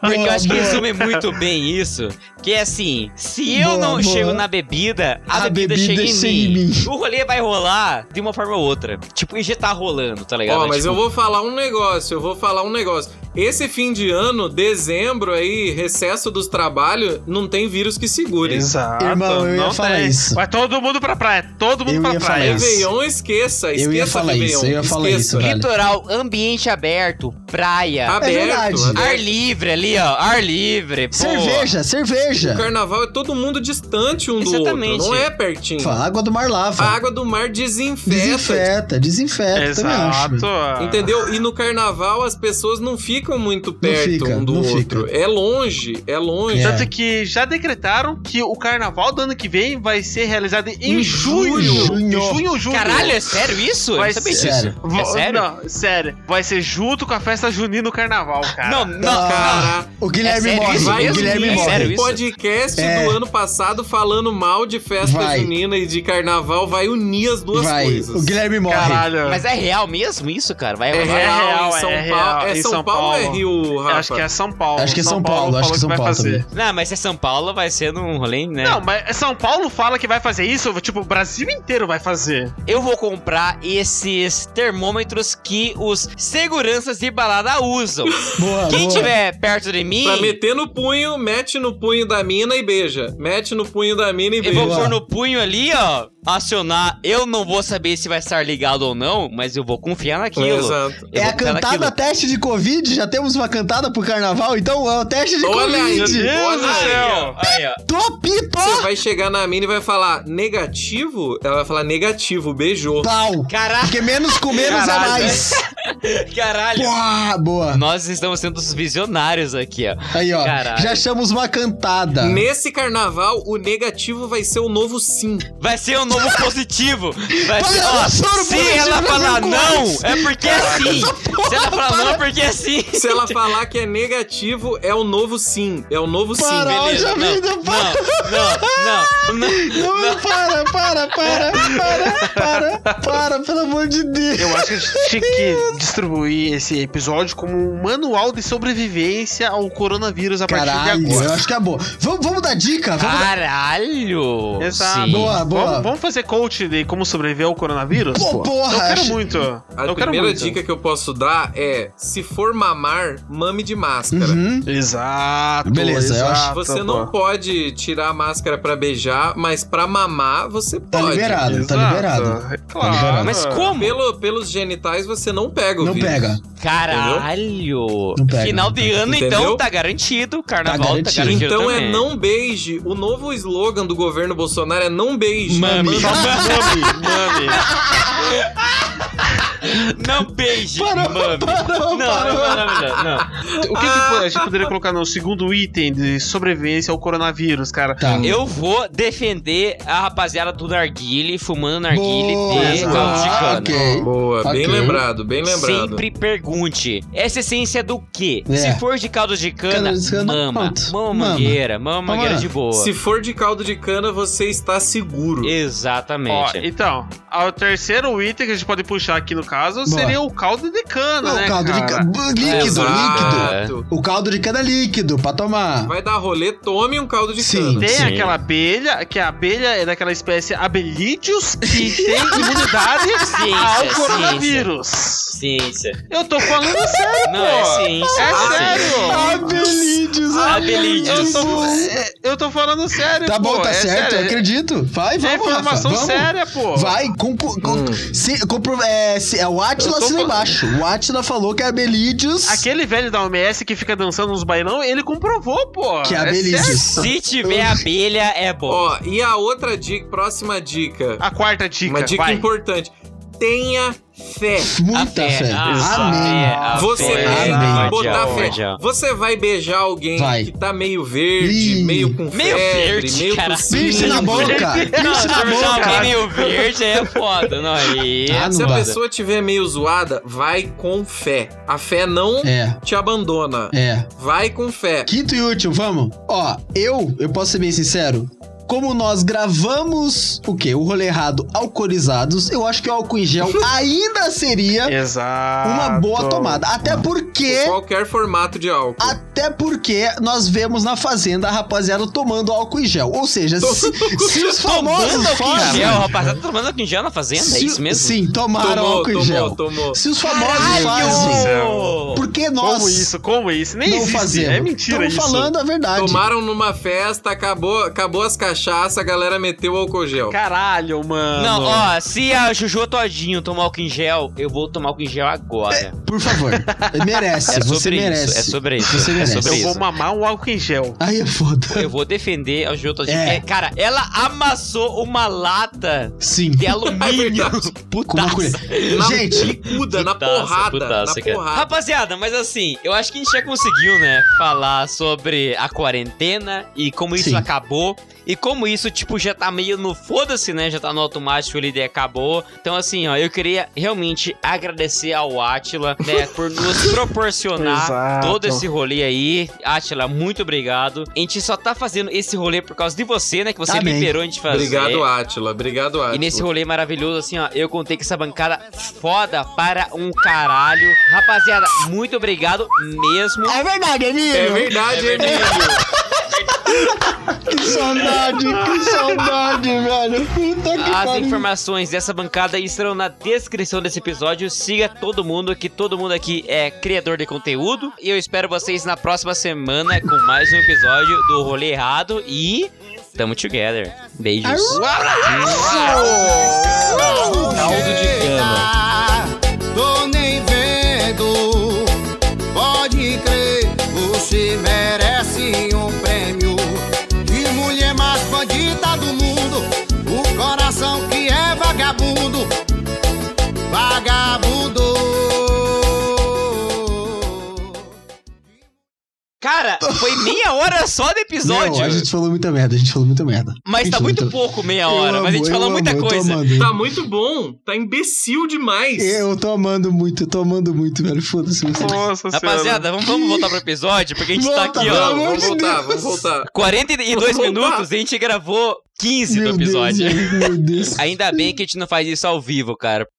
S2: porque eu acho que resume muito bem isso. Que é assim, se eu
S5: Boa,
S2: não
S5: boa.
S2: chego na bebida, a,
S5: A
S2: bebida,
S5: bebida
S2: chega em
S5: chega
S2: mim.
S5: em mim.
S2: O rolê vai rolar de uma forma ou outra. Tipo, e já tá rolando, tá ligado?
S3: Ó, mas
S2: Tipo,
S3: eu vou falar um negócio, eu vou falar um negócio. Esse fim de ano, dezembro aí, recesso dos trabalhos, não tem vírus que segure.
S1: Exato.
S5: Irmão, eu ia falar isso.
S1: Vai todo mundo pra praia, todo mundo
S5: Eu
S1: pra
S5: ia falar
S1: praia.
S5: isso.
S3: Réveillon, É esqueça,
S5: Eu
S3: esqueça
S5: ia falar
S3: Réveillon,
S5: isso, eu ia falar isso,
S3: esqueça. Tá
S5: velho. É
S2: Litoral, ambiente aberto, praia,
S3: Aberto,
S5: verdade.
S3: aberto.
S2: ar livre ali, ó, ar livre, pô.
S5: Cerveja,
S3: O
S5: cerveja.
S3: carnaval é todo mundo distante um
S2: Exatamente.
S3: do outro, não é pertinho.
S5: Água do mar
S3: A
S5: lava.
S3: água do mar desinfeta.
S5: Desinfeta, desinfeta, É, também acho.
S1: Exato.
S3: Entendeu? E no carnaval as pessoas não ficam muito perto
S5: fica,
S3: um do
S5: não fica.
S3: outro. É longe, é longe.
S5: É.
S1: Tanto que já decretaram que o carnaval do ano que vem vai ser realizado em,
S3: Em
S1: junho.
S5: junho.
S1: Em junho ou julho.
S2: Caralho, é sério isso?
S1: Vai
S2: eu não sabia
S1: ser-
S2: disso.
S1: Vo-
S2: É sério?
S1: Não, sério. Vai ser junto com a festa junina no carnaval, cara.
S2: Não, não,
S3: Caraca.
S5: O Guilherme
S2: É sério
S5: morre,
S2: isso
S3: Vai
S5: Ah, o
S2: mesmo?
S5: Guilherme
S2: É
S5: morre.
S2: sério
S3: o
S2: isso?
S3: podcast
S5: É.
S3: do ano passado falando mal de festa
S5: Vai.
S3: junina e de carnaval vai unir as duas
S5: Vai,
S3: coisas.
S5: o Guilherme morre.
S1: Caralho.
S2: Mas é real mesmo isso, cara? Vai
S3: É
S2: rolar?
S3: real,
S1: real,
S3: em São
S1: é
S3: Paulo.
S1: real,
S3: É
S1: em
S3: São,
S1: São
S3: Paulo ou é
S1: Paulo.
S3: Rio,
S1: Eu
S3: Rafa?
S1: acho que é São Paulo.
S5: Acho que é São Paulo, acho que é São
S1: falou
S5: Paulo
S1: vai fazer.
S5: também.
S2: Não, mas se é São Paulo, vai ser num rolê, né?
S1: Não, mas São Paulo fala que vai fazer isso, tipo, o Brasil inteiro vai fazer.
S2: Eu vou comprar esses termômetros que os seguranças de balada usam.
S5: Boa,
S2: Quem
S5: boa.
S2: tiver perto de mim,
S3: Pra meter no punho, mete no punho da mina e beija. Mete no punho da mina e
S2: eu
S3: beija.
S2: vou
S5: Boa.
S2: pôr no punho ali, ó. Acionar. Eu não vou saber se vai estar ligado ou não, mas eu vou confiar naquilo.
S3: Exato.
S2: Eu
S5: É
S2: vou
S5: a
S2: confiar
S5: cantada
S2: naquilo.
S5: teste de Covid, já temos uma cantada pro carnaval, então é o teste de
S3: Olha aí,
S5: Covid.
S3: meu
S1: Deus do
S3: Olha aí,
S1: céu.
S2: Aí, ó.
S5: Topito!
S3: Você vai chegar na mina e vai falar negativo? Ela vai falar negativo, beijou.
S5: Pau!
S2: Caraca,
S5: Porque menos com menos é
S1: Caralho.
S5: mais.
S2: caralho.
S5: Pô, boa.
S2: Nós estamos sendo os visionários aqui, ó.
S5: Aí, ó.
S2: Caralho.
S5: Já achamos uma cantada.
S3: Nesse carnaval, o negativo vai ser o novo sim.
S2: Vai ser um novo positivo. Vai
S5: Olha,
S2: ser, ó,
S5: ela
S2: se
S5: soro positivo,
S2: ela
S5: vai
S2: falar
S5: ver com
S2: não,
S5: nós.
S2: é porque é sim. Se ela falar não, é porque é sim.
S3: Se ela falar que é negativo, é o novo sim. É o novo sim.
S5: Para,
S3: beleza.
S5: Hoje a
S2: Não, não,
S5: vida para.
S2: não, não, não.
S5: Não, para, para, para, para, para, para, pelo amor de Deus.
S1: Eu acho que a gente tinha que distribuir esse episódio como um manual de sobrevivência ao coronavírus a partir
S5: Caralho,
S1: de agora. Ah,
S5: eu acho que é boa. Vamos, vamos dar dica? Vamos dar...
S2: Caralho.
S1: Exato.
S2: Sim.
S5: Boa, boa.
S1: Vamos, vamos fazer coach de como sobreviver ao coronavírus?
S5: Pô, porra,
S1: eu quero
S5: acho-
S1: muito.
S3: A
S1: eu quero
S3: primeira
S1: muito.
S3: dica que eu posso dar é: se for mamar, mame de máscara.
S5: Uhum. Ah, tá
S1: Exato.
S5: Beleza, eu
S1: exato,
S5: acho-
S3: Você
S1: pô.
S3: não pode tirar a máscara pra beijar, mas pra mamar você
S5: Tá
S3: pode.
S5: liberado,
S1: Exato,
S5: tá liberado.
S1: é Claro.
S5: liberado.
S2: Mas como?
S3: Pelo, pelos genitais você não pega o
S5: Não
S3: vírus.
S5: pega.
S2: Caralho.
S5: Não pega,
S2: Final
S5: não
S2: de
S5: pega.
S2: ano,
S3: Entendeu?
S2: então, tá garantido. Carnaval tá garantido,
S5: garantido.
S3: Então é
S2: também.
S3: não beije. O novo slogan do governo Bolsonaro é não beije.
S2: Mame.
S1: Só mame, mame.
S2: Não beije,
S5: Parou,
S2: mami. não, não, não,
S5: parou,
S2: não, não, não.
S1: O que, que pô- a gente
S2: Ah.
S1: poderia colocar no segundo item de sobrevivência ao coronavírus, cara?
S5: Tá.
S2: Eu vou defender a rapaziada do Narguile, fumando Narguile de
S5: Boa, Ah,
S2: caldo de cana.
S5: ok.
S3: Boa,
S5: Ok.
S3: bem lembrado, bem lembrado.
S2: Sempre pergunte. Essa essência é do quê?
S5: É.
S2: Se for de caldo de cana,
S5: Caldo de cana,
S2: mama.
S5: pronto.
S2: Mama
S5: Mama.
S2: mangueira, mama
S5: Mama.
S2: mangueira de boa.
S3: Se for de caldo de cana, você está seguro.
S1: Ó,
S2: Exatamente.
S1: então, a- o terceiro item que a gente pode puxar aqui no caso
S5: Boa.
S1: seria o caldo de cana,
S5: Não,
S1: né?
S5: caldo de
S1: cara?
S5: cana. Líquido, líquido.
S2: Exato.
S3: Exato.
S5: O caldo de cana é líquido, pra tomar.
S3: É. Vai dar rolê, tome um caldo de
S5: Sim.
S1: Tem
S3: cana.
S2: Sim.
S1: aquela abelha, que a abelha é daquela espécie abelídeos que tem imunidade
S2: Ciência,
S1: ao
S2: ciência.
S1: coronavírus.
S2: ciência.
S1: Eu tô falando sério,
S2: Não, é ciência.
S1: É
S2: Ah,
S1: sério.
S5: Abelídeos,
S1: Eu
S2: Abelídeos.
S1: tô, é, eu tô falando sério,
S5: Tá bom,
S1: pô,
S5: tá
S1: é
S5: certo, eu
S1: sério.
S5: acredito. Vai,
S1: É
S5: vamos, Rafa,
S1: informação
S5: vamos.
S1: séria, pô. Hum.
S5: Vai, com, com, com- se- compro- é, se- é, o Atila
S1: Eu tô
S5: assina
S1: falando.
S5: embaixo. O Atila falou que é Abelídeos.
S1: Aquele velho da OMS que fica dançando nos bailão, ele comprovou, pô.
S5: Que é
S1: sério.
S5: Abelídeos.
S2: Se tiver abelha, é bom.
S3: Ó, e a outra dica, próxima dica.
S1: A quarta dica.
S3: uma dica
S1: vai.
S3: importante. Tenha fé.
S5: Muita fé.
S2: Ah,
S1: Ah,
S5: Amém.
S3: Você
S5: fé,
S3: tem
S5: amém.
S3: que botar fé. Você vai beijar alguém
S5: Vai.
S3: que tá meio verde,
S5: Ih.
S3: meio com
S2: Meio
S3: febre,
S2: verde,
S3: meio
S2: cara.
S5: Piercing na
S3: tossindo.
S5: boca.
S2: Não, se
S5: Piercing na
S2: você
S5: boca.
S2: alguém meio verde, é foda. Não, aí...
S5: Ah,
S3: Se
S5: não
S3: a
S5: vai.
S3: pessoa tiver meio zoada, vai com fé. A fé não
S5: É,
S3: te abandona.
S5: é.
S3: Vai com fé.
S5: Quinto e último, vamos. Ó, eu, eu posso ser bem sincero. Como nós gravamos o quê? O rolê errado alcoolizados, eu acho que o álcool em gel ainda seria
S1: Exato.
S5: uma boa tomada. Até porque.
S3: Tipo, Qualquer formato de álcool.
S5: Até porque nós vemos na fazenda a rapaziada tomando álcool em gel. Ou seja, se, se os famosos
S2: Tomando álcool em gel,
S5: fazem.
S2: rapaziada. Tomando álcool em gel na fazenda, é
S5: se-
S2: isso mesmo?
S5: Sim, tomaram
S3: tomou,
S5: álcool em gel.
S3: tomou, tomou.
S5: Se os famosos fazem,
S2: Caralho!
S5: por que nós
S1: Como isso? Como isso? Nem
S5: não
S1: existe.
S5: fazemos?
S1: É mentira
S5: Estamos
S1: isso.
S5: falando a verdade.
S3: Tomaram numa festa, acabou, acabou as cachaças, a galera meteu álcool gel.
S1: Caralho, mano.
S2: Não, ó, se a Juju Todinho tomar álcool em gel, eu vou tomar álcool em gel agora.
S5: Por favor, merece,
S2: É
S5: você
S2: sobre
S5: merece.
S2: isso, é sobre isso.
S5: Você
S2: é
S5: merece.
S2: sobre
S1: Eu vou
S2: isso.
S1: mamar um álcool em gel.
S5: Aí é foda.
S2: Eu vou defender a Juju Todinho.
S5: É.
S2: É, cara, ela amassou uma lata
S5: Sim.
S2: de alumínio.
S3: verdade.
S5: Com uma colher.
S2: Putaça.
S3: Na
S5: Gente,
S3: bicuda, na
S2: Putaça,
S3: porrada,
S2: putaça,
S3: na
S2: cara.
S3: porrada.
S2: Rapaziada, mas assim, eu acho que a gente já conseguiu, né? Falar sobre a quarentena e como isso
S5: Sim.
S2: acabou. E como isso, tipo, já tá meio no foda-se, né? Já tá no automático, ele acabou. Então, assim, ó, eu queria realmente agradecer ao Atila, né? Por nos proporcionar
S1: Exato.
S2: Tá? todo esse rolê aí. Atila, muito obrigado. A gente só tá fazendo esse rolê por causa de você, né? Que você
S5: Amém.
S2: liberou a gente fazer.
S3: Obrigado, Átila. Obrigado, Átila.
S2: E nesse rolê maravilhoso, assim, ó, eu contei com essa bancada foda para um caralho. Rapaziada, muito obrigado mesmo.
S5: é verdade, Emílio.
S3: É verdade, Emílio.
S5: Que saudade, que saudade, velho. Puta que
S2: As
S5: pariu.
S2: informações dessa bancada estarão na descrição desse episódio. Siga todo mundo, que todo mundo aqui é criador de conteúdo. E eu espero vocês na próxima semana com mais um episódio do Rolê Errado. E tamo together. Beijos.
S1: Um abraço!
S3: Caldo de cana.
S6: Ah, Tô nem vendo. Pode crer, você merece um prêmio. De mulher mais bandida do mundo. O coração que é vagabundo. Vagabundo.
S2: Cara, foi meia hora só de episódio.
S5: Não, a gente falou muita merda, a gente falou muita merda.
S2: Mas tá
S5: Gente,
S2: muito
S5: eu tô-
S2: pouco meia
S5: Eu
S2: hora, mas a gente
S5: amo,
S2: falou
S5: eu
S2: muita
S5: amo, eu tô
S2: coisa.
S5: amando.
S3: Tá muito bom. Tá imbecil demais.
S5: Eu tô amando muito, eu tô amando muito, velho. Foda-se vocês.
S1: Nossa
S2: Rapaziada, vamos, vamos voltar pro episódio, porque a gente tá
S5: Volta,
S2: aqui,
S5: pelo
S2: ó.
S5: amor
S3: Vamos
S5: de
S3: voltar,
S5: Deus.
S3: vamos voltar.
S2: 42
S3: Vamos voltar.
S2: minutos e a gente gravou 15 do episódio.
S5: Deus, meu Deus.
S2: Ainda bem que a gente não faz isso ao vivo, cara.